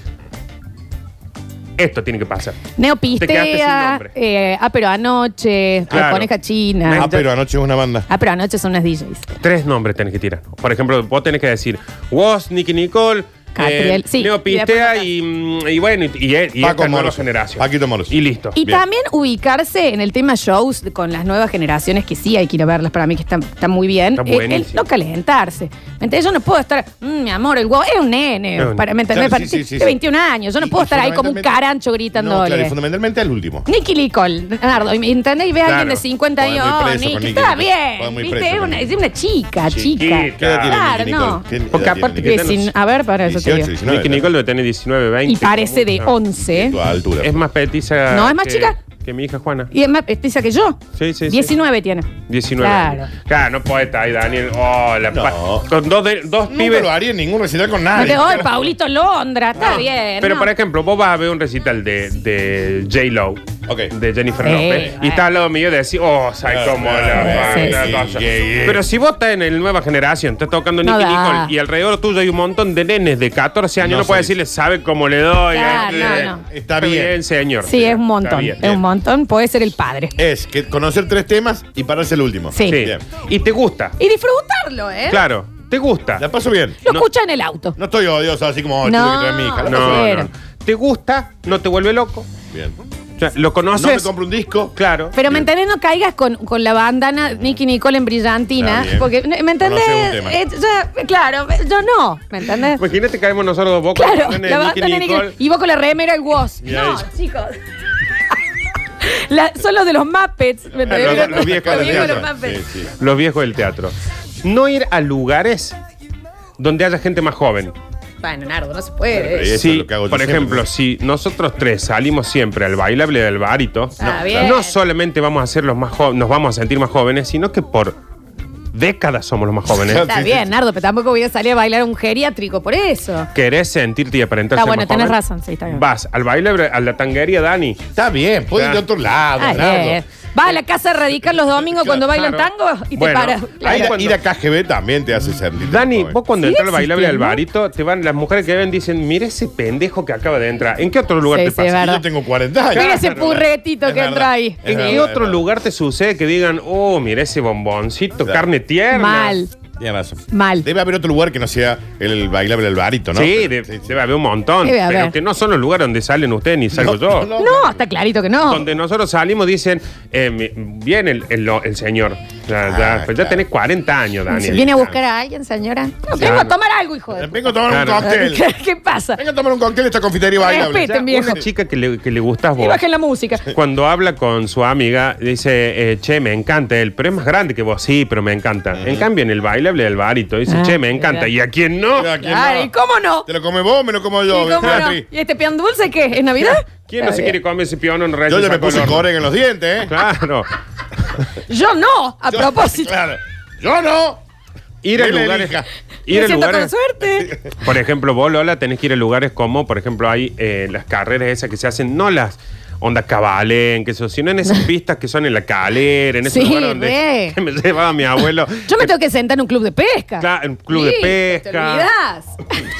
[SPEAKER 3] Esto tiene que pasar. Te quedaste sin
[SPEAKER 2] Neopistea,
[SPEAKER 3] nombre.
[SPEAKER 2] eh, ah, pero anoche, la
[SPEAKER 3] Claro.
[SPEAKER 2] coneja
[SPEAKER 3] Me-
[SPEAKER 2] china.
[SPEAKER 4] Ah, pero anoche es una banda.
[SPEAKER 2] Ah, pero anoche son unas DJs.
[SPEAKER 3] Tres nombres tenés que tirar. Por ejemplo, vos tenés que decir Woz, Nicky Nicole,
[SPEAKER 2] Catriel, sí.
[SPEAKER 3] Leo Pistea y, mm, y bueno, y, y, y
[SPEAKER 4] Paco
[SPEAKER 3] esta nueva
[SPEAKER 4] Moroso.
[SPEAKER 3] generación.
[SPEAKER 4] Paquito Moroso.
[SPEAKER 3] Y listo.
[SPEAKER 2] Y
[SPEAKER 4] Bien.
[SPEAKER 2] también ubicarse en el tema shows con las nuevas generaciones, que sí hay que ir a verlas para mí, que están, están muy bien.
[SPEAKER 3] Está
[SPEAKER 2] Eh, el,
[SPEAKER 3] buenísimo.
[SPEAKER 2] no calentarse. ¿Me entendés? Yo no puedo estar, "Mm, mi amor, el guau es un nene.
[SPEAKER 3] Es un-
[SPEAKER 2] para, ¿Me entendés?
[SPEAKER 4] Claro,
[SPEAKER 2] Para-
[SPEAKER 4] sí, sí, sí,
[SPEAKER 2] de
[SPEAKER 4] sí.
[SPEAKER 2] 21 años. Yo no
[SPEAKER 4] Y-
[SPEAKER 2] puedo
[SPEAKER 4] y
[SPEAKER 2] estar ahí como un
[SPEAKER 4] fundamentalmente-
[SPEAKER 2] carancho
[SPEAKER 4] No,
[SPEAKER 2] gritándole.
[SPEAKER 4] claro, y fundamentalmente al último.
[SPEAKER 2] Nicky Nicole, Leonardo, ¿me ¿entendés? Y ve a alguien
[SPEAKER 3] Claro.
[SPEAKER 2] de 50
[SPEAKER 4] Joder,
[SPEAKER 2] años,
[SPEAKER 4] muy
[SPEAKER 2] oh,
[SPEAKER 4] preso
[SPEAKER 2] Nicky,
[SPEAKER 4] con Nicky
[SPEAKER 2] está
[SPEAKER 4] Nicole.
[SPEAKER 2] bien,
[SPEAKER 4] Joder, muy
[SPEAKER 2] ¿viste?
[SPEAKER 4] preso
[SPEAKER 2] Es
[SPEAKER 4] con
[SPEAKER 2] una, es
[SPEAKER 4] Nicky.
[SPEAKER 2] una chica,
[SPEAKER 3] Chiquita.
[SPEAKER 2] chica.
[SPEAKER 4] ¿Qué edad tiene
[SPEAKER 2] Claro,
[SPEAKER 4] Nicky Nicole?
[SPEAKER 2] no.
[SPEAKER 4] ¿Qué edad
[SPEAKER 3] Porque
[SPEAKER 4] tiene
[SPEAKER 3] aparte
[SPEAKER 4] Nicky
[SPEAKER 3] que
[SPEAKER 4] Nicole?
[SPEAKER 2] sin- a ver, para eso te
[SPEAKER 4] 18,
[SPEAKER 2] digo.
[SPEAKER 4] 19.
[SPEAKER 3] Nicky Nicole debe tener 19, 20.
[SPEAKER 2] Y parece de
[SPEAKER 3] como mucho.
[SPEAKER 2] 11.
[SPEAKER 4] Tu altura.
[SPEAKER 3] Es más petiza.
[SPEAKER 2] No, es más
[SPEAKER 3] que-
[SPEAKER 2] chica.
[SPEAKER 3] Que mi hija Juana.
[SPEAKER 2] Y es más, es pizza que yo.
[SPEAKER 3] Sí, sí, sí.
[SPEAKER 2] 19 tiene.
[SPEAKER 3] 19.
[SPEAKER 2] Claro.
[SPEAKER 3] años. Claro, no puede estar ahí, Daniel. Oh, la
[SPEAKER 4] No.
[SPEAKER 3] pa- Con dos, de- dos
[SPEAKER 4] Nunca
[SPEAKER 3] pibes.
[SPEAKER 4] lo haría en ningún recital con
[SPEAKER 2] No
[SPEAKER 4] nadie.
[SPEAKER 2] te doy, Paulito Londra, está bien.
[SPEAKER 3] Pero,
[SPEAKER 2] no.
[SPEAKER 3] por ejemplo, vos vas a ver un recital de, de J-Lo,
[SPEAKER 4] Ok.
[SPEAKER 3] de Jennifer
[SPEAKER 2] Sí,
[SPEAKER 3] López,
[SPEAKER 2] bueno.
[SPEAKER 3] y está al lado mío y decís, oh, sabes
[SPEAKER 4] Claro,
[SPEAKER 3] cómo
[SPEAKER 4] claro,
[SPEAKER 3] la
[SPEAKER 2] sí,
[SPEAKER 3] la
[SPEAKER 4] sí.
[SPEAKER 3] cosa.
[SPEAKER 4] Yeah, yeah.
[SPEAKER 3] Pero si vos estás en el Nueva Generación, estás tocando
[SPEAKER 2] No
[SPEAKER 3] Nicky
[SPEAKER 2] da.
[SPEAKER 3] Nicole, y alrededor tuyo hay un montón de nenes de 14 años,
[SPEAKER 4] No
[SPEAKER 3] no, puedes
[SPEAKER 4] sé.
[SPEAKER 3] decirle, sabe cómo le doy.
[SPEAKER 2] Claro,
[SPEAKER 3] eh,
[SPEAKER 2] no,
[SPEAKER 3] eh,
[SPEAKER 2] no.
[SPEAKER 4] Está bien.
[SPEAKER 3] señor.
[SPEAKER 2] Sí, es un
[SPEAKER 3] Está
[SPEAKER 2] montón.
[SPEAKER 3] bien.
[SPEAKER 2] Es un montón, puede ser el padre.
[SPEAKER 4] Es que conocer tres temas y pararse el último.
[SPEAKER 2] Sí.
[SPEAKER 3] Sí.
[SPEAKER 4] Bien.
[SPEAKER 3] Y te gusta.
[SPEAKER 2] Y disfrutarlo, ¿eh?
[SPEAKER 3] Claro, te gusta.
[SPEAKER 4] La paso bien.
[SPEAKER 2] Lo
[SPEAKER 3] No.
[SPEAKER 2] escucha en el auto.
[SPEAKER 4] No estoy odioso así como "Oh,
[SPEAKER 2] No.
[SPEAKER 4] tuve que traer a mi hija. La
[SPEAKER 3] No,
[SPEAKER 4] paso bien.
[SPEAKER 3] no, no. Te gusta, no te vuelve loco.
[SPEAKER 4] Bien.
[SPEAKER 3] O sea, lo
[SPEAKER 4] No me
[SPEAKER 3] conoces.
[SPEAKER 4] compro un disco.
[SPEAKER 3] *laughs* claro.
[SPEAKER 2] Pero me entendés, no caigas con, con la bandana Nicky Nicole en brillantina.
[SPEAKER 4] Está bien.
[SPEAKER 2] Porque, ¿me entendés?
[SPEAKER 4] Conoce un tema.
[SPEAKER 2] Eh, ya, claro, yo no. ¿Me entendés?
[SPEAKER 3] Imagínate que caemos nosotros dos bocos.
[SPEAKER 2] *laughs* Claro,
[SPEAKER 3] con el
[SPEAKER 2] la
[SPEAKER 3] Pues, Nicky
[SPEAKER 2] bandana de Nicky
[SPEAKER 3] Nicole.
[SPEAKER 2] Nicole. Y vos con la remera el Woz.
[SPEAKER 4] Mirá
[SPEAKER 2] No,
[SPEAKER 4] eso.
[SPEAKER 2] chicos. *laughs* La- son los de los Muppets. ¿me entendés?
[SPEAKER 3] Los- los- los viejos
[SPEAKER 2] Los viejos de los
[SPEAKER 4] teatro.
[SPEAKER 2] Muppets.
[SPEAKER 4] *laughs* Sí, sí.
[SPEAKER 3] Los viejos del teatro. No ir a lugares donde haya gente más joven.
[SPEAKER 2] Bueno, Nardo, no se puede.
[SPEAKER 4] Eso es
[SPEAKER 3] Sí,
[SPEAKER 4] lo que hago yo
[SPEAKER 3] por
[SPEAKER 4] siempre.
[SPEAKER 3] ejemplo, si nosotros tres salimos siempre al bailable del barito,
[SPEAKER 2] Ah,
[SPEAKER 3] no,
[SPEAKER 2] bien.
[SPEAKER 3] no solamente vamos a ser los más jo- nos vamos a sentir más jóvenes, sino que por décadas somos los más
[SPEAKER 4] *laughs*
[SPEAKER 3] jóvenes.
[SPEAKER 2] Está
[SPEAKER 4] Sí, sí,
[SPEAKER 2] bien,
[SPEAKER 4] sí.
[SPEAKER 2] Nardo, pero tampoco voy a salir a bailar a un geriátrico por eso.
[SPEAKER 3] Querés sentirte y aparentar
[SPEAKER 2] Está
[SPEAKER 4] Ah,
[SPEAKER 3] ser
[SPEAKER 2] bueno,
[SPEAKER 3] más
[SPEAKER 2] tenés
[SPEAKER 3] joven.
[SPEAKER 2] razón, sí, está bien.
[SPEAKER 3] Vas al bailable, a la tanguería, Dani.
[SPEAKER 4] Está bien, puede ir de otro lado.
[SPEAKER 2] Ah,
[SPEAKER 4] Nardo.
[SPEAKER 2] bien. Va a la casa a radicar los domingos cuando bailan
[SPEAKER 3] claro.
[SPEAKER 2] tango y
[SPEAKER 3] Bueno,
[SPEAKER 2] te paras.
[SPEAKER 4] Ah,
[SPEAKER 2] Claro.
[SPEAKER 4] ir, a,
[SPEAKER 3] cuando-
[SPEAKER 4] ir a KGB también te hace sentir.
[SPEAKER 3] Dani, vos cuando
[SPEAKER 2] Sigue
[SPEAKER 3] entras al bailable al
[SPEAKER 2] existiendo.
[SPEAKER 3] barito, te van, las mujeres que ven dicen, mira ese pendejo que acaba de entrar. ¿En qué otro lugar
[SPEAKER 2] Sí,
[SPEAKER 3] te
[SPEAKER 2] sí,
[SPEAKER 3] pasa?
[SPEAKER 2] va.
[SPEAKER 4] Y yo tengo 40 años.
[SPEAKER 2] Mira ese purretito
[SPEAKER 4] Es
[SPEAKER 2] que
[SPEAKER 4] verdad.
[SPEAKER 2] entra ahí.
[SPEAKER 4] Es
[SPEAKER 3] ¿En qué
[SPEAKER 4] verdad,
[SPEAKER 3] otro
[SPEAKER 4] es
[SPEAKER 3] lugar te sucede que digan, oh, mira ese bomboncito,
[SPEAKER 4] Claro.
[SPEAKER 3] carne tierna?
[SPEAKER 2] Mal.
[SPEAKER 4] Tienes razón.
[SPEAKER 2] Mal.
[SPEAKER 4] Debe haber otro lugar que no sea el bailable del barito, ¿no?
[SPEAKER 3] Sí, de- debe haber un montón.
[SPEAKER 2] Debe haber.
[SPEAKER 3] Pero que no son los lugares donde salen ustedes ni salgo
[SPEAKER 4] No,
[SPEAKER 3] yo.
[SPEAKER 4] no,
[SPEAKER 2] No, está clarito que no.
[SPEAKER 3] Donde nosotros salimos dicen, eh, mi- viene el, el- el señor. Ya, ya,
[SPEAKER 4] Ah,
[SPEAKER 3] pero ya
[SPEAKER 4] claro.
[SPEAKER 3] tenés 40 años,
[SPEAKER 2] Si
[SPEAKER 3] Daniel.
[SPEAKER 2] ¿Viene a buscar a alguien, señora? No,
[SPEAKER 3] Ya,
[SPEAKER 2] vengo a
[SPEAKER 3] no.
[SPEAKER 2] tomar algo, hijo de...
[SPEAKER 4] Vengo a tomar
[SPEAKER 3] Claro.
[SPEAKER 4] un
[SPEAKER 2] *laughs*
[SPEAKER 4] cóctel.
[SPEAKER 2] ¿Qué, qué pasa?
[SPEAKER 4] Vengo a tomar un cóctel esta confitería bailable.
[SPEAKER 2] Respeten,
[SPEAKER 4] Ya,
[SPEAKER 2] viejo.
[SPEAKER 4] una
[SPEAKER 3] Una chica que le, que le gustas
[SPEAKER 2] Y
[SPEAKER 3] vos.
[SPEAKER 2] bajen la música.
[SPEAKER 3] Cuando habla con su amiga, dice, eh, che, me encanta él, pero es más grande que vos, sí, pero me encanta. En cambio, en el bailable del barito, dice,
[SPEAKER 2] Ah,
[SPEAKER 3] che, me encanta.
[SPEAKER 2] mira.
[SPEAKER 3] ¿Y a quién no?
[SPEAKER 4] Mira, ¿quién
[SPEAKER 2] Claro,
[SPEAKER 4] no?
[SPEAKER 2] ¿y cómo no?
[SPEAKER 4] ¿Te lo comes vos o me lo como
[SPEAKER 2] ¿Y
[SPEAKER 4] yo?
[SPEAKER 2] cómo no?
[SPEAKER 4] Beatriz?
[SPEAKER 2] ¿Y este pian dulce qué? ¿Es Navidad?
[SPEAKER 3] ¿Quién no se quiere comer ese piano en
[SPEAKER 4] Yo ya me puse corren en los dientes, ¿eh?
[SPEAKER 3] Claro.
[SPEAKER 2] Yo no, a
[SPEAKER 4] Yo-
[SPEAKER 2] propósito.
[SPEAKER 4] Claro. Yo no.
[SPEAKER 3] Ir a
[SPEAKER 4] Él
[SPEAKER 3] lugares.
[SPEAKER 4] elija.
[SPEAKER 3] Ir
[SPEAKER 2] Me
[SPEAKER 3] a
[SPEAKER 2] siento con
[SPEAKER 3] lugares. *laughs*
[SPEAKER 2] suerte.
[SPEAKER 3] Por ejemplo, vos, Lola, tenés que ir a lugares como, por ejemplo, hay eh, las carreras esas que se hacen, no las ondas cabalen, que eso, sino
[SPEAKER 2] *laughs*
[SPEAKER 3] en esas pistas que son en la calera, en ese
[SPEAKER 2] Sí,
[SPEAKER 3] lugar donde
[SPEAKER 2] re.
[SPEAKER 3] *laughs* que me llevaba mi abuelo.
[SPEAKER 2] Yo me tengo que sentar en un club de pesca.
[SPEAKER 3] Claro, en un club de
[SPEAKER 2] Listo, Te
[SPEAKER 3] pesca.
[SPEAKER 2] olvidás.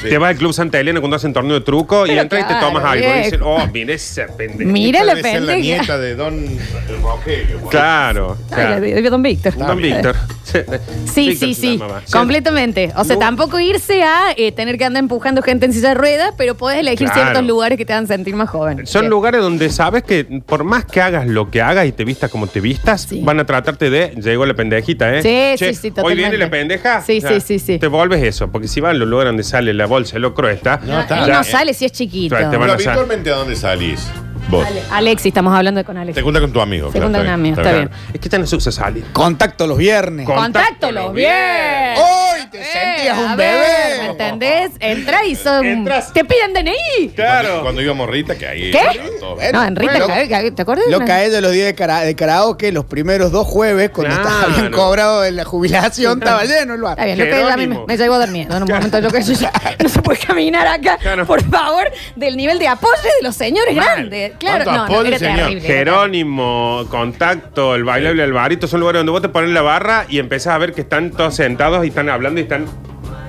[SPEAKER 3] *laughs* Te vas al Club Santa Elena cuando hacen torneo de truco y
[SPEAKER 2] Pero
[SPEAKER 3] entras y te
[SPEAKER 2] claro,
[SPEAKER 3] tomas algo. Y
[SPEAKER 2] viejo.
[SPEAKER 3] dicen, oh, mire ese pendejo.
[SPEAKER 2] Mira
[SPEAKER 4] Esta
[SPEAKER 2] la
[SPEAKER 4] debe ser la
[SPEAKER 2] pendeja.
[SPEAKER 4] nieta de don Rogelio. boludo.
[SPEAKER 3] Claro.
[SPEAKER 2] *laughs* Ay, la
[SPEAKER 3] claro.
[SPEAKER 2] de- de Don Víctor.
[SPEAKER 3] Don Víctor.
[SPEAKER 2] Sí,
[SPEAKER 3] Víctor
[SPEAKER 2] sí,
[SPEAKER 3] se
[SPEAKER 2] sí,
[SPEAKER 3] llamaba.
[SPEAKER 2] completamente. O sea,
[SPEAKER 3] No.
[SPEAKER 2] tampoco irse a eh, tener que andar empujando gente en silla de ruedas, pero podés elegir
[SPEAKER 3] Claro.
[SPEAKER 2] ciertos lugares que te hagan sentir más joven.
[SPEAKER 3] Son
[SPEAKER 2] Bien.
[SPEAKER 3] lugares donde sabes que por más que hagas lo que hagas y te vistas como te vistas,
[SPEAKER 2] Sí.
[SPEAKER 3] van a tratarte de llegó la pendejita, ¿eh?
[SPEAKER 2] Sí, sí, sí,
[SPEAKER 3] Hoy
[SPEAKER 2] totalmente.
[SPEAKER 3] viene la pendeja.
[SPEAKER 2] Sí,
[SPEAKER 3] Ya,
[SPEAKER 2] sí, sí, sí.
[SPEAKER 3] Te vuelves eso, porque si van los lugares donde sale la bolsa, lo cruesta.
[SPEAKER 4] No, está.
[SPEAKER 2] Y
[SPEAKER 4] Ya,
[SPEAKER 2] no
[SPEAKER 4] eh.
[SPEAKER 2] sale si es chiquito.
[SPEAKER 3] Te van
[SPEAKER 4] Pero
[SPEAKER 3] a hacer-
[SPEAKER 4] habitualmente, ¿a dónde salís? Vos.
[SPEAKER 2] Ale- Alexis, estamos hablando con
[SPEAKER 4] Te
[SPEAKER 2] Alexis.
[SPEAKER 4] juntas con tu amigo.
[SPEAKER 2] Se
[SPEAKER 4] claro,
[SPEAKER 2] junta con un amigo, está bien.
[SPEAKER 3] Es que están en su salir.
[SPEAKER 5] Contacto Oh, los viernes.
[SPEAKER 3] Con-
[SPEAKER 2] Contáctolo, bien.
[SPEAKER 5] ¡Hoy te
[SPEAKER 2] Eh,
[SPEAKER 5] sentías
[SPEAKER 2] a
[SPEAKER 5] un
[SPEAKER 2] ver, ¿Me
[SPEAKER 5] bebé!
[SPEAKER 2] entendés? Entra y son.
[SPEAKER 3] Entras.
[SPEAKER 2] Te piden DNI.
[SPEAKER 4] Cuando, cuando iba Morrita, que ahí.
[SPEAKER 2] ¿Qué?
[SPEAKER 4] todo.
[SPEAKER 2] No, en Rita,
[SPEAKER 5] Bueno.
[SPEAKER 2] Cabe- Cabe- ¿te acuerdas? de
[SPEAKER 5] Lo
[SPEAKER 2] una-
[SPEAKER 5] cae de los días de, cara- de karaoke, los primeros dos jueves, cuando
[SPEAKER 3] Claro.
[SPEAKER 5] estaba bien cobrado en
[SPEAKER 2] *laughs*
[SPEAKER 5] la jubilación, estaba lleno el bar.
[SPEAKER 2] Está bien, lo que a mí me,
[SPEAKER 3] Jerónimo.
[SPEAKER 2] me llevo dormido en un momento. Lo que yo ya- *laughs* no se puede caminar acá,
[SPEAKER 3] Claro.
[SPEAKER 2] por favor, del nivel de apoyo de los señores
[SPEAKER 3] Mal.
[SPEAKER 2] grandes. Claro,
[SPEAKER 4] ¿Cuánto
[SPEAKER 2] no, no,
[SPEAKER 4] apoyo,
[SPEAKER 2] era
[SPEAKER 4] señor?
[SPEAKER 2] terrible. era
[SPEAKER 3] Jerónimo, contacto, el bailable, el barito, son lugares donde vos te pones la barra y empezás a ver que están todos sentados y están hablando y están.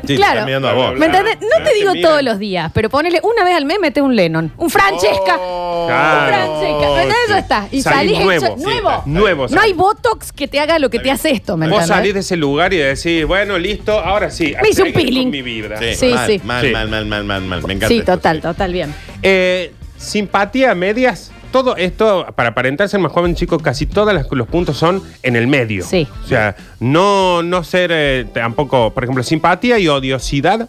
[SPEAKER 4] Sí,
[SPEAKER 2] Claro.
[SPEAKER 4] están mirando a vos.
[SPEAKER 2] ¿Me entendés? No te
[SPEAKER 3] Te
[SPEAKER 2] digo
[SPEAKER 3] miran.
[SPEAKER 2] todos los días, pero ponele una vez al mes, mete un Lennon, un Francesca.
[SPEAKER 4] Oh,
[SPEAKER 3] Claro.
[SPEAKER 2] Un Francesca. ¿Me entendés?
[SPEAKER 4] sí.
[SPEAKER 2] Ya está. Y
[SPEAKER 3] Salís
[SPEAKER 2] salís
[SPEAKER 3] nuevo.
[SPEAKER 2] hecho
[SPEAKER 3] Sí,
[SPEAKER 2] nuevo.
[SPEAKER 3] nuevo
[SPEAKER 2] No
[SPEAKER 3] salís.
[SPEAKER 2] hay Botox que te haga lo que te hace esto, ¿me
[SPEAKER 3] Vos
[SPEAKER 2] entendés?
[SPEAKER 3] salís de ese lugar y decís, bueno, listo, ahora sí.
[SPEAKER 2] Me hice un
[SPEAKER 3] seguir con
[SPEAKER 2] peeling.
[SPEAKER 3] mi vibra.
[SPEAKER 4] Sí,
[SPEAKER 2] Sí,
[SPEAKER 4] mal,
[SPEAKER 2] sí.
[SPEAKER 4] Mal,
[SPEAKER 3] Sí.
[SPEAKER 4] mal, mal, mal, mal, mal. Me encanta.
[SPEAKER 2] Sí,
[SPEAKER 4] esto,
[SPEAKER 2] total,
[SPEAKER 4] sí.
[SPEAKER 2] total, bien.
[SPEAKER 3] Eh, simpatía, medias, todo esto, para aparentar ser más joven, chicos, casi todos los puntos son en el medio.
[SPEAKER 2] Sí.
[SPEAKER 3] O sea, no, no ser eh, tampoco, por ejemplo, simpatía y odiosidad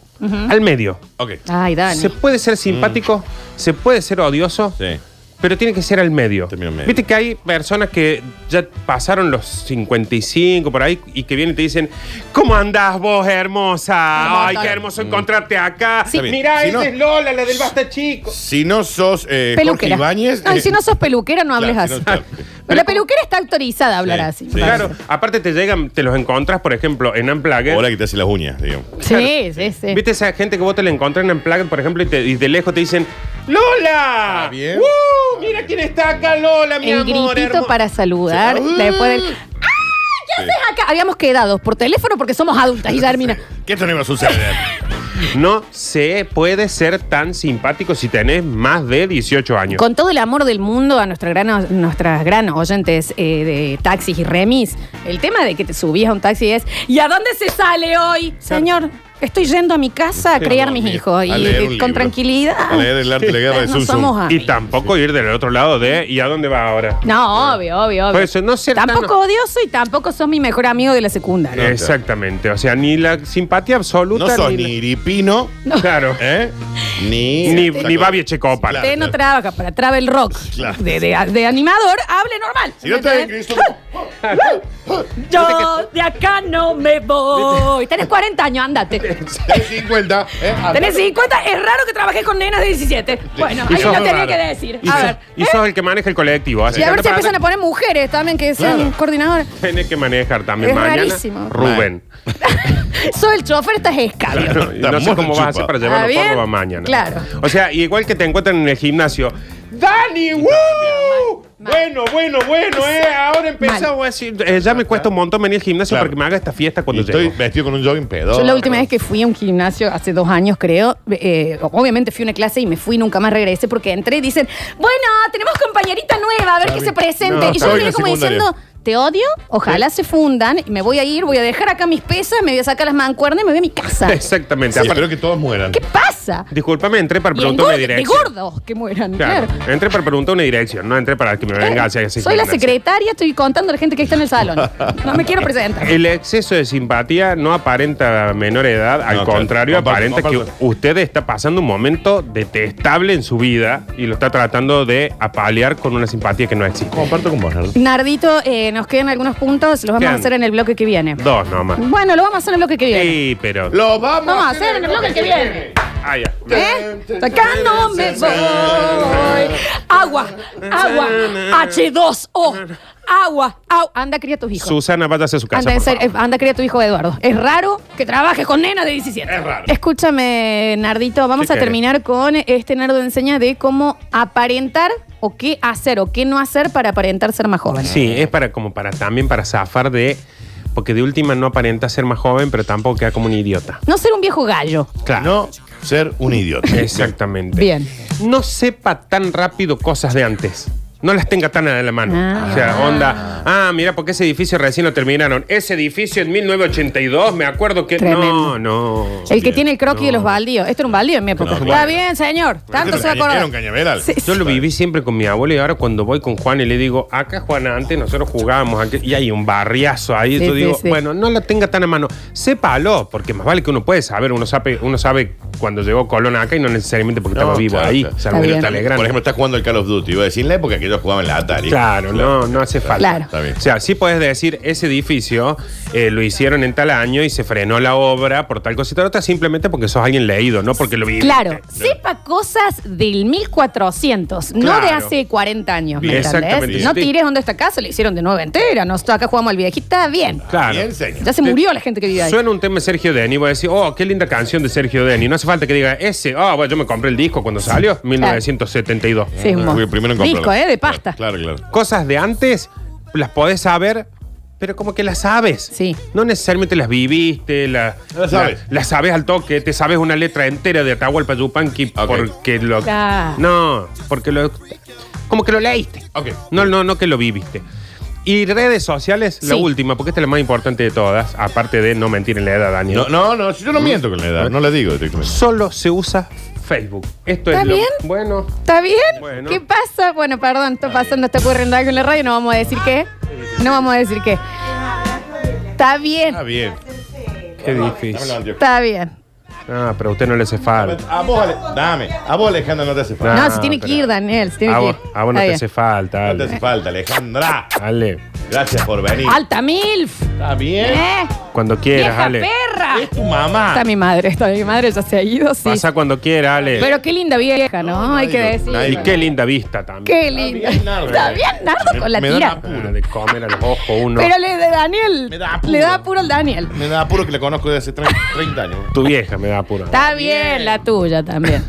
[SPEAKER 3] al medio.
[SPEAKER 4] Ok.
[SPEAKER 2] Ay, Dani.
[SPEAKER 3] Se puede ser simpático, se puede ser odioso,
[SPEAKER 4] Mm. Sí.
[SPEAKER 3] pero tiene que ser al medio.
[SPEAKER 4] Término medio.
[SPEAKER 3] Viste que hay personas que ya pasaron los 55 por ahí y que vienen y te dicen, ¿cómo andás vos, hermosa? Ay, qué hermoso encontrarte acá.
[SPEAKER 4] Sí.
[SPEAKER 3] Mirá,
[SPEAKER 4] Mm. Si
[SPEAKER 3] esa
[SPEAKER 4] no-
[SPEAKER 3] es Lola, la del Basta Chico.
[SPEAKER 4] Si no sos eh, Jorge
[SPEAKER 2] Peluquera.
[SPEAKER 4] Ibáñez.
[SPEAKER 2] No, y
[SPEAKER 4] eh,
[SPEAKER 2] si no sos peluquera, no hables
[SPEAKER 4] claro,
[SPEAKER 2] así.
[SPEAKER 4] si no-
[SPEAKER 2] Pero la peluquera está autorizada a hablar
[SPEAKER 4] Sí,
[SPEAKER 2] así.
[SPEAKER 4] sí.
[SPEAKER 2] me
[SPEAKER 3] Claro,
[SPEAKER 2] parece.
[SPEAKER 3] aparte te llegan, te los encontrás, por ejemplo, en Unplugged.
[SPEAKER 4] Ahora que te hace las uñas, digamos.
[SPEAKER 2] Sí, sí, sí.
[SPEAKER 3] ¿Viste esa gente que vos te la encontrás en Unplugged, por ejemplo, y, te- y de lejos te dicen, ¡Lola!
[SPEAKER 4] Está bien.
[SPEAKER 3] ¡Uh! Mira quién está acá, Lola, mi
[SPEAKER 2] El
[SPEAKER 3] amor.
[SPEAKER 2] gritito
[SPEAKER 3] hermo-".
[SPEAKER 2] para saludar.
[SPEAKER 4] Sí. Mm.
[SPEAKER 2] Después del. ¡Ah! ¿Qué haces acá? Habíamos quedado por teléfono porque somos adultas y ya termina.
[SPEAKER 4] Que esto no iba a suceder.
[SPEAKER 3] No se puede ser tan simpático si tenés más de 18 años.
[SPEAKER 2] Con todo el amor del mundo a nuestra gran, nuestras gran oyentes eh, de taxis y remis, el tema de que te subís a un taxi es ¿y a dónde se sale hoy? Señor, estoy yendo a mi casa a
[SPEAKER 3] Sí,
[SPEAKER 2] criar
[SPEAKER 4] no,
[SPEAKER 2] mis
[SPEAKER 4] mira,
[SPEAKER 2] hijos y
[SPEAKER 4] a leer un
[SPEAKER 2] con
[SPEAKER 4] libro.
[SPEAKER 2] tranquilidad.
[SPEAKER 4] A leer el arte de la guerra de
[SPEAKER 2] No
[SPEAKER 4] Sun Tzu.
[SPEAKER 2] somos a-
[SPEAKER 3] Y tampoco ir del otro lado de ¿y a dónde va ahora?
[SPEAKER 2] No, obvio, obvio, obvio.
[SPEAKER 3] Por eso, no ser tan-
[SPEAKER 2] tampoco odioso y tampoco sos mi mejor amigo de la secundaria.
[SPEAKER 3] Exactamente, o sea, ni la simpatía absoluta.
[SPEAKER 4] No
[SPEAKER 3] la-
[SPEAKER 4] sos ni iripino,
[SPEAKER 3] Claro.
[SPEAKER 4] ¿eh? Ni.
[SPEAKER 3] Ni,
[SPEAKER 4] Saco-
[SPEAKER 3] ni Babi Echecopan.
[SPEAKER 4] Claro.
[SPEAKER 2] Usted no trabaja para Travel Rock
[SPEAKER 4] *laughs* Claro.
[SPEAKER 2] de, de- de animador, hable normal.
[SPEAKER 4] Si no te
[SPEAKER 2] ¿Entendés? *laughs*
[SPEAKER 4] ven, Cristo.
[SPEAKER 2] Yo de acá no me voy. Tenés 40 años,
[SPEAKER 3] *laughs*
[SPEAKER 2] andate.
[SPEAKER 4] Tenés 50, ¿eh?
[SPEAKER 2] Tenés 50, es raro que trabajes con nenas de 17. Bueno,
[SPEAKER 3] Y
[SPEAKER 2] ahí
[SPEAKER 3] sos-
[SPEAKER 2] lo tenía
[SPEAKER 4] raro.
[SPEAKER 2] que decir.
[SPEAKER 3] Y,
[SPEAKER 2] A
[SPEAKER 3] sos-
[SPEAKER 2] ver.
[SPEAKER 3] y sos el que maneja el colectivo. así
[SPEAKER 2] Y a
[SPEAKER 3] que
[SPEAKER 2] ver si
[SPEAKER 3] para-
[SPEAKER 2] empiezan a poner mujeres también que sean
[SPEAKER 4] Claro.
[SPEAKER 2] coordinadoras.
[SPEAKER 3] Tenés que manejar también
[SPEAKER 2] Es
[SPEAKER 3] mañana.
[SPEAKER 2] rarísimo.
[SPEAKER 3] Rubén.
[SPEAKER 2] Soy el chofer, estás escabio.
[SPEAKER 3] No, y no sé
[SPEAKER 4] Está
[SPEAKER 3] cómo
[SPEAKER 4] muy
[SPEAKER 3] vas a hacer
[SPEAKER 4] chupado.
[SPEAKER 3] para
[SPEAKER 2] ¿Está
[SPEAKER 3] llevarlo
[SPEAKER 2] bien?
[SPEAKER 3] a Córdoba mañana.
[SPEAKER 2] Claro.
[SPEAKER 3] O sea, igual que te encuentran en el gimnasio. ¡Dani! ¡Woo!
[SPEAKER 2] mal.
[SPEAKER 3] Bueno, bueno, bueno, eh. Ahora empezamos a decir. eh, ya me cuesta un montón venir al gimnasio
[SPEAKER 4] Claro.
[SPEAKER 3] para que me haga esta fiesta
[SPEAKER 4] Y
[SPEAKER 3] cuando
[SPEAKER 4] estoy
[SPEAKER 3] llego.
[SPEAKER 4] vestido con un jogging pedo.
[SPEAKER 3] Oh,
[SPEAKER 2] Yo la última vez que fui a un gimnasio, hace dos años creo, eh, obviamente fui a una clase y me fui y nunca más regresé porque entré y dicen, bueno, tenemos compañerita nueva, a ver que se presente.
[SPEAKER 3] No,
[SPEAKER 2] y yo
[SPEAKER 3] está
[SPEAKER 2] me
[SPEAKER 4] bien.
[SPEAKER 2] quedé como
[SPEAKER 4] Soy la
[SPEAKER 2] diciendo, te odio, ojalá se fundan, y me voy a ir, voy a dejar acá mis pesas, me voy a sacar las mancuernas y me voy a mi casa.
[SPEAKER 3] Exactamente.
[SPEAKER 4] Sí,
[SPEAKER 3] Aparte-
[SPEAKER 4] espero que todos mueran.
[SPEAKER 2] ¿Qué pasa?
[SPEAKER 3] Discúlpame, entré para
[SPEAKER 2] Y
[SPEAKER 3] preguntar una
[SPEAKER 2] engor- de
[SPEAKER 3] dirección.
[SPEAKER 2] gordos que mueran,
[SPEAKER 3] Claro,
[SPEAKER 2] claro.
[SPEAKER 3] entré para preguntar una dirección, no entré para que me venga hacia hacia-
[SPEAKER 2] Soy la
[SPEAKER 3] hacia-
[SPEAKER 2] secretaria, estoy contando a la gente que está en el salón. No me quiero presentar.
[SPEAKER 3] *laughs* El exceso de simpatía no aparenta menor edad, al
[SPEAKER 4] No, claro.
[SPEAKER 3] contrario,
[SPEAKER 4] Comparto,
[SPEAKER 3] aparenta
[SPEAKER 4] comparto.
[SPEAKER 3] que usted está pasando un momento detestable en su vida y lo está tratando de apalear con una simpatía que no existe.
[SPEAKER 4] Comparto con vos, Nardo.
[SPEAKER 2] Nardito, eh, nos quedan algunos puntos, los vamos
[SPEAKER 3] Quedan.
[SPEAKER 2] a hacer en el bloque que viene.
[SPEAKER 3] Dos nomás.
[SPEAKER 2] Bueno, lo vamos a hacer en el bloque que viene.
[SPEAKER 3] Sí, pero.
[SPEAKER 4] Lo vamos,
[SPEAKER 2] Vamos a hacer en el bloque que viene.
[SPEAKER 3] Ah, ya.
[SPEAKER 2] ¿Eh? Sacando me voy. Agua, agua, H2O. Agua, agua. Anda, cría a tus hijos.
[SPEAKER 3] Susana, váyase a su casa.
[SPEAKER 2] Anda, en
[SPEAKER 3] por
[SPEAKER 2] serio,
[SPEAKER 3] favor.
[SPEAKER 2] eh, anda, cría a tu hijo Eduardo. Es raro que trabajes con nena de 17.
[SPEAKER 3] Es raro.
[SPEAKER 2] Escúchame, Nardito, vamos
[SPEAKER 3] ¿Qué
[SPEAKER 2] a
[SPEAKER 3] querés?
[SPEAKER 2] terminar con este Nardo enseña de cómo aparentar o qué hacer o qué no hacer para aparentar ser más joven.
[SPEAKER 3] Sí, es para como para también para zafar de. Porque de última no aparenta ser más joven, pero tampoco queda como un idiota.
[SPEAKER 2] No ser un viejo gallo.
[SPEAKER 3] Claro.
[SPEAKER 4] No ser un idiota.
[SPEAKER 3] Exactamente.
[SPEAKER 2] Bien.
[SPEAKER 3] No sepa tan rápido cosas de antes. No las tenga tan a la mano.
[SPEAKER 2] Ah.
[SPEAKER 3] O sea, onda. Ah, mira, porque ese edificio recién lo terminaron. Ese edificio en 1982, me acuerdo que.
[SPEAKER 2] Tremendo.
[SPEAKER 3] No, no.
[SPEAKER 2] El que tiene el croquis de los baldíos. Esto era un baldío en mi época.
[SPEAKER 4] No,
[SPEAKER 2] Está
[SPEAKER 4] claro.
[SPEAKER 2] bien, señor. Tanto se va a
[SPEAKER 4] Era un
[SPEAKER 2] acordar.
[SPEAKER 4] cañaveral.
[SPEAKER 2] Sí,
[SPEAKER 3] Yo lo viví siempre con mi abuelo y ahora cuando voy con Juan y le digo, acá Juan, antes nosotros jugábamos aquí", y hay un barriazo ahí,
[SPEAKER 2] Sí,
[SPEAKER 3] yo
[SPEAKER 2] sí,
[SPEAKER 3] digo,
[SPEAKER 2] sí.
[SPEAKER 3] bueno, no la tenga tan a mano, sépalo, porque más vale que uno puede saber, uno sabe, uno sabe cuando llegó Colón acá y no necesariamente porque estaba vivo
[SPEAKER 4] claro,
[SPEAKER 3] ahí,
[SPEAKER 4] claro.
[SPEAKER 2] Está
[SPEAKER 3] salvo que no
[SPEAKER 2] bien.
[SPEAKER 3] está
[SPEAKER 4] Por
[SPEAKER 3] alegrando.
[SPEAKER 4] ejemplo, estás jugando el Call of Duty. Iba a decir en la época que yo jugaba en la Atari.
[SPEAKER 3] Claro, no, no hace falta.
[SPEAKER 2] Claro.
[SPEAKER 4] Está bien.
[SPEAKER 3] O sea, sí puedes decir, ese edificio eh, lo hicieron en tal año y se frenó la obra por tal cosita, otra simplemente porque sos alguien leído, no porque lo viviste.
[SPEAKER 2] Claro, sepa cosas del 1400, no
[SPEAKER 3] Claro.
[SPEAKER 2] de hace 40 años. ¿me
[SPEAKER 3] Bien.
[SPEAKER 2] entendés?
[SPEAKER 3] Exactamente.
[SPEAKER 2] No tires donde esta casa, le hicieron de nueva entera. Nosotros acá jugamos al viejita, bien.
[SPEAKER 3] Claro.
[SPEAKER 4] Bien, señor.
[SPEAKER 2] Ya se murió la gente que vive ahí.
[SPEAKER 3] Suena un tema de Sergio Denny, voy a decir, oh, qué linda canción de Sergio Denny. No hace falta que diga ese, oh, bueno, yo me compré el disco cuando salió, 1972.
[SPEAKER 2] Sí, es un
[SPEAKER 4] Fui el
[SPEAKER 2] mon-
[SPEAKER 4] primero en comprarlo.
[SPEAKER 2] Disco, ¿eh? De pasta.
[SPEAKER 4] Claro, claro.
[SPEAKER 3] Cosas de antes las podés saber, pero como que las sabes.
[SPEAKER 2] Sí.
[SPEAKER 3] No necesariamente las viviste, la-
[SPEAKER 4] Las sabes.
[SPEAKER 3] la- las sabes al toque, te sabes una letra entera de Atahualpa Yupanqui
[SPEAKER 4] Ok.
[SPEAKER 3] porque lo...
[SPEAKER 2] Claro.
[SPEAKER 3] No, porque lo... Como que lo leíste.
[SPEAKER 4] Ok.
[SPEAKER 3] No, no, no que lo viviste. Y redes sociales, la
[SPEAKER 2] Sí.
[SPEAKER 3] última, porque esta es la más importante de todas, aparte de no mentir en la edad, Daniel.
[SPEAKER 4] No, no, no, yo no miento con la edad, no la digo directamente.
[SPEAKER 3] solo se usa Facebook. Esto
[SPEAKER 2] ¿Está
[SPEAKER 3] es lo
[SPEAKER 2] bien?
[SPEAKER 3] bueno.
[SPEAKER 2] ¿Está bien?
[SPEAKER 3] Bueno.
[SPEAKER 2] ¿Qué pasa? Bueno, perdón, está pasando, está ocurriendo algo en la radio, no vamos a decir qué. No vamos a decir qué. Está bien,
[SPEAKER 4] Está bien.
[SPEAKER 3] Qué difícil.
[SPEAKER 2] está bien.
[SPEAKER 3] Ah, pero a usted no le hace falta.
[SPEAKER 4] Pues, A vos, Ale- dame. A vos, Alejandra, no te hace falta.
[SPEAKER 3] Ah,
[SPEAKER 2] No, si tiene que
[SPEAKER 3] pero-
[SPEAKER 2] ir, Daniel, si tiene
[SPEAKER 3] A
[SPEAKER 2] que
[SPEAKER 3] vos,
[SPEAKER 2] ir.
[SPEAKER 3] a vos no
[SPEAKER 2] Está
[SPEAKER 3] te
[SPEAKER 2] bien.
[SPEAKER 3] hace falta,
[SPEAKER 4] No te hace
[SPEAKER 3] Ale.
[SPEAKER 4] falta, Alejandra.
[SPEAKER 3] Ale,
[SPEAKER 4] Gracias por venir.
[SPEAKER 2] ¡Alta milf!
[SPEAKER 4] Está bien.
[SPEAKER 2] ¿Eh?
[SPEAKER 3] cuando quieras,
[SPEAKER 2] ¡Vieja
[SPEAKER 3] Ale.
[SPEAKER 2] perra!
[SPEAKER 4] Es tu mamá.
[SPEAKER 2] Está mi madre, está mi madre, ya se ha ido, sí.
[SPEAKER 3] Pasa cuando quieras, Ale.
[SPEAKER 2] Pero qué linda vieja, ¿no? Hay que
[SPEAKER 4] nadie lo-
[SPEAKER 2] decir.
[SPEAKER 3] y qué linda vista también.
[SPEAKER 2] Qué linda. Está bien, Nardo, eh. con la
[SPEAKER 4] Me da
[SPEAKER 2] tira.
[SPEAKER 4] una p-
[SPEAKER 3] Ah, de comer al ojo uno.
[SPEAKER 2] Pero le da Daniel.
[SPEAKER 4] Me da apuro.
[SPEAKER 2] Le da apuro al Daniel.
[SPEAKER 4] Me da apuro que la conozco desde hace 30, 30 años.
[SPEAKER 3] Tu vieja me da apuro.
[SPEAKER 2] Está bien la tuya también.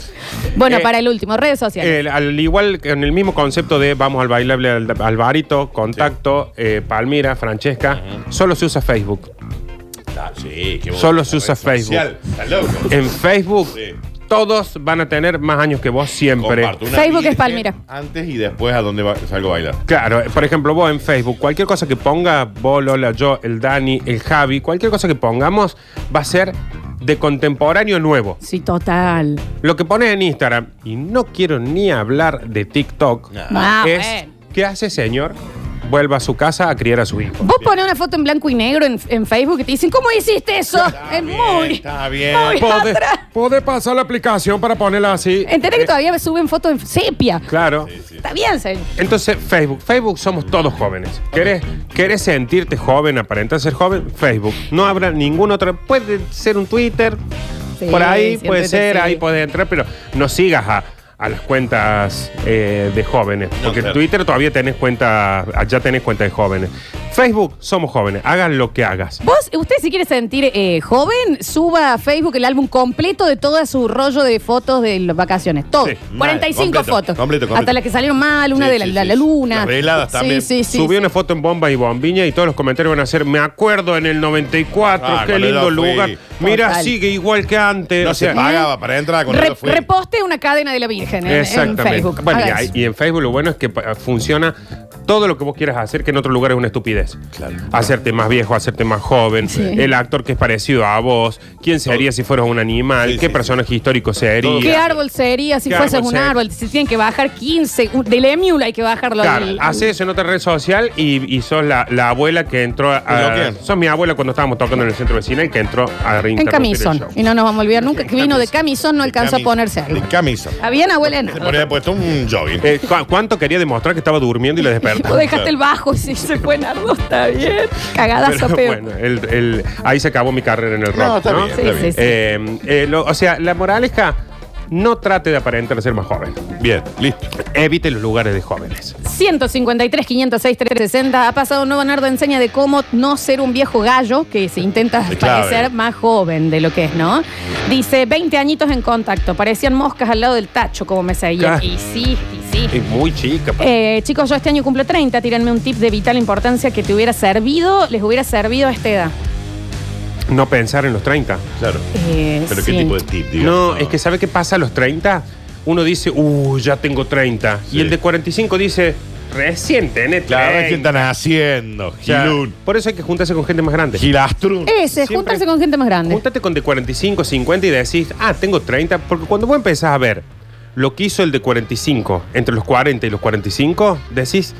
[SPEAKER 2] Bueno,
[SPEAKER 3] Eh,
[SPEAKER 2] para el último, redes sociales.
[SPEAKER 4] eh,
[SPEAKER 3] El- al igual que en el mismo concepto de vamos al bailable al, al barito, contacto, eh, Palmira, Francesca, solo se usa Facebook.
[SPEAKER 4] Ah, sí, qué
[SPEAKER 3] Solo se usa Facebook.
[SPEAKER 4] Está loco.
[SPEAKER 3] En Facebook
[SPEAKER 4] Sí.
[SPEAKER 3] todos van a tener más años que vos siempre.
[SPEAKER 4] Comparto una
[SPEAKER 2] Facebook es
[SPEAKER 4] virgen
[SPEAKER 2] Palmira.
[SPEAKER 4] Antes y después a dónde va- salgo a bailar.
[SPEAKER 3] Claro, eh, por ejemplo, vos en Facebook, cualquier cosa que ponga vos, Lola, yo, el Dani, el Javi, cualquier cosa que pongamos va a ser de contemporáneo nuevo.
[SPEAKER 2] Sí, total.
[SPEAKER 3] Lo que pones en Instagram, y no quiero ni hablar de TikTok,
[SPEAKER 4] No.
[SPEAKER 2] Ah,
[SPEAKER 3] es
[SPEAKER 2] bueno.
[SPEAKER 3] ¿qué hace señor? Vuelva a su casa a criar a su
[SPEAKER 2] *laughs*
[SPEAKER 3] hijo.
[SPEAKER 2] Vos pones una foto en blanco y negro en, en Facebook y te dicen, ¿cómo hiciste eso?
[SPEAKER 4] Está
[SPEAKER 2] Es
[SPEAKER 4] bien,
[SPEAKER 2] muy.
[SPEAKER 4] Está bien.
[SPEAKER 2] Muy-
[SPEAKER 3] Podés,
[SPEAKER 2] atrás.
[SPEAKER 3] podés pasar la aplicación para ponerla así.
[SPEAKER 2] Entendés que
[SPEAKER 3] Eh,
[SPEAKER 2] todavía suben fotos en sepia.
[SPEAKER 3] Claro.
[SPEAKER 2] Está bien, señor.
[SPEAKER 3] Entonces, Facebook. Facebook somos todos jóvenes. ¿Querés, querés sentirte joven, aparentar ser joven? Facebook. No habrá ningún otro. Puede ser un Twitter.
[SPEAKER 2] Sí,
[SPEAKER 3] por ahí
[SPEAKER 2] sí,
[SPEAKER 3] puede
[SPEAKER 2] en Twitter,
[SPEAKER 3] ser,
[SPEAKER 2] sí.
[SPEAKER 3] ahí puedes entrar, pero no sigas a, a las cuentas eh, de jóvenes.
[SPEAKER 4] No,
[SPEAKER 3] Porque
[SPEAKER 4] claro.
[SPEAKER 3] Twitter todavía tenés cuenta, ya tenés cuenta de jóvenes. Facebook somos jóvenes. Hagas lo que hagas.
[SPEAKER 2] Vos, usted si quiere sentir eh, joven, suba a Facebook el álbum completo de todo su rollo de fotos de las vacaciones. Todo.
[SPEAKER 3] Sí,
[SPEAKER 4] mal,
[SPEAKER 2] 45
[SPEAKER 4] completo,
[SPEAKER 2] fotos.
[SPEAKER 4] completo, completo.
[SPEAKER 2] Hasta las que salieron mal, una
[SPEAKER 4] Sí,
[SPEAKER 2] de la,
[SPEAKER 4] sí,
[SPEAKER 2] la-
[SPEAKER 4] sí.
[SPEAKER 2] la luna.
[SPEAKER 4] Las veladas también.
[SPEAKER 2] Sí, sí, sí.
[SPEAKER 3] Subí
[SPEAKER 2] sí.
[SPEAKER 3] una foto en Bomba y Bombiña y todos los comentarios van a ser, me acuerdo en el 94,
[SPEAKER 4] Ah,
[SPEAKER 3] qué
[SPEAKER 4] cuando
[SPEAKER 3] lindo
[SPEAKER 4] yo fui.
[SPEAKER 3] lugar. Mira,
[SPEAKER 2] Total.
[SPEAKER 3] sigue igual que antes.
[SPEAKER 4] No
[SPEAKER 3] O
[SPEAKER 4] se
[SPEAKER 3] sea,
[SPEAKER 4] pagaba para entrar con
[SPEAKER 2] Re-
[SPEAKER 4] eso fue-
[SPEAKER 2] reposte una cadena de la Virgen eh, en, en
[SPEAKER 3] Exactamente.
[SPEAKER 2] Facebook.
[SPEAKER 3] Bueno, y,
[SPEAKER 2] Haga eso.
[SPEAKER 3] ahí- y en Facebook lo bueno es que pa- funciona todo lo que vos quieras hacer, que en otro lugar es una estupidez.
[SPEAKER 4] Claro.
[SPEAKER 3] Hacerte más viejo, hacerte más joven,
[SPEAKER 2] Sí.
[SPEAKER 3] el actor que es parecido a vos, quién sería si fueras un animal,
[SPEAKER 4] Sí,
[SPEAKER 3] qué
[SPEAKER 4] sí,
[SPEAKER 3] personaje histórico
[SPEAKER 4] Todo.
[SPEAKER 3] sería.
[SPEAKER 2] ¿Qué árbol sería si
[SPEAKER 3] ¿Qué
[SPEAKER 2] fuese
[SPEAKER 3] árbol
[SPEAKER 2] un
[SPEAKER 3] sería?
[SPEAKER 2] árbol? Si tienen que bajar 15, un- del émula hay que bajarlo.
[SPEAKER 3] Claro,
[SPEAKER 2] del-
[SPEAKER 3] hace eso en otra red social y, y sos la, la abuela que entró a.
[SPEAKER 4] ¿Lo qué?
[SPEAKER 3] Sos mi abuela cuando estábamos tocando en el centro vecinal que entró a
[SPEAKER 2] en
[SPEAKER 3] reinterrumpir el
[SPEAKER 2] camisón.
[SPEAKER 3] show.
[SPEAKER 2] Y no nos vamos a olvidar nunca que vino de camisón, no alcanzó a
[SPEAKER 4] camis-
[SPEAKER 2] ponerse algo.
[SPEAKER 4] De camisa.
[SPEAKER 2] Está bien, abuela,
[SPEAKER 4] Se
[SPEAKER 2] nada.
[SPEAKER 4] ponía puesto un jogging.
[SPEAKER 3] Eh, ¿cu- ¿Cuánto quería demostrar que estaba durmiendo y le
[SPEAKER 2] Vos *laughs*
[SPEAKER 3] despertó?
[SPEAKER 2] dejaste el bajo, sí, se fue Nardo, está bien. Cagadazo,
[SPEAKER 3] Pero,
[SPEAKER 2] peor.
[SPEAKER 3] bueno, el- el- ahí se acabó mi carrera en el rock.
[SPEAKER 4] No, está bien,
[SPEAKER 2] Sí,
[SPEAKER 4] está
[SPEAKER 2] sí,
[SPEAKER 4] bien.
[SPEAKER 2] sí.
[SPEAKER 3] Eh, eh, lo- o sea, la moraleja, no trate de aparentar ser más joven.
[SPEAKER 4] Bien, listo.
[SPEAKER 3] Evite los lugares de jóvenes.
[SPEAKER 2] 153, 506, 360. Ha pasado un nuevo Nardo enseña de cómo no ser un viejo gallo que se intenta
[SPEAKER 4] Es clave.
[SPEAKER 2] parecer más joven de lo que es, ¿no? Dice, 20 añitos en contacto. Parecían moscas al lado del tacho, como me seguía.
[SPEAKER 3] Claro.
[SPEAKER 2] Y sí, y sí.
[SPEAKER 3] Es muy chica. pa-
[SPEAKER 2] Eh, chicos, yo este año cumplo 30. Tírenme un tip de vital importancia que te hubiera servido, les hubiera servido a esta edad.
[SPEAKER 3] No pensar en los 30.
[SPEAKER 4] Claro.
[SPEAKER 2] Eh,
[SPEAKER 4] Pero
[SPEAKER 2] sí.
[SPEAKER 4] qué tipo de tip, digamos.
[SPEAKER 3] No, es que ¿sabe qué pasa a los 30? Uno dice, uh, ya tengo 30.
[SPEAKER 4] Sí.
[SPEAKER 3] Y el de 45 dice, recién tenés 30.
[SPEAKER 4] Claro, ¿qué están haciendo?
[SPEAKER 3] O sea,
[SPEAKER 4] Gilun.
[SPEAKER 3] Por eso hay que juntarse con gente más grande.
[SPEAKER 4] Gilastrun.
[SPEAKER 2] Ese,
[SPEAKER 3] Siempre-
[SPEAKER 2] juntarse con gente más grande.
[SPEAKER 3] Júntate con de 45, 50 y decís, ah, tengo 30. Porque cuando vos empezás a ver lo que hizo el de 45, entre los 40 y los 45, decís,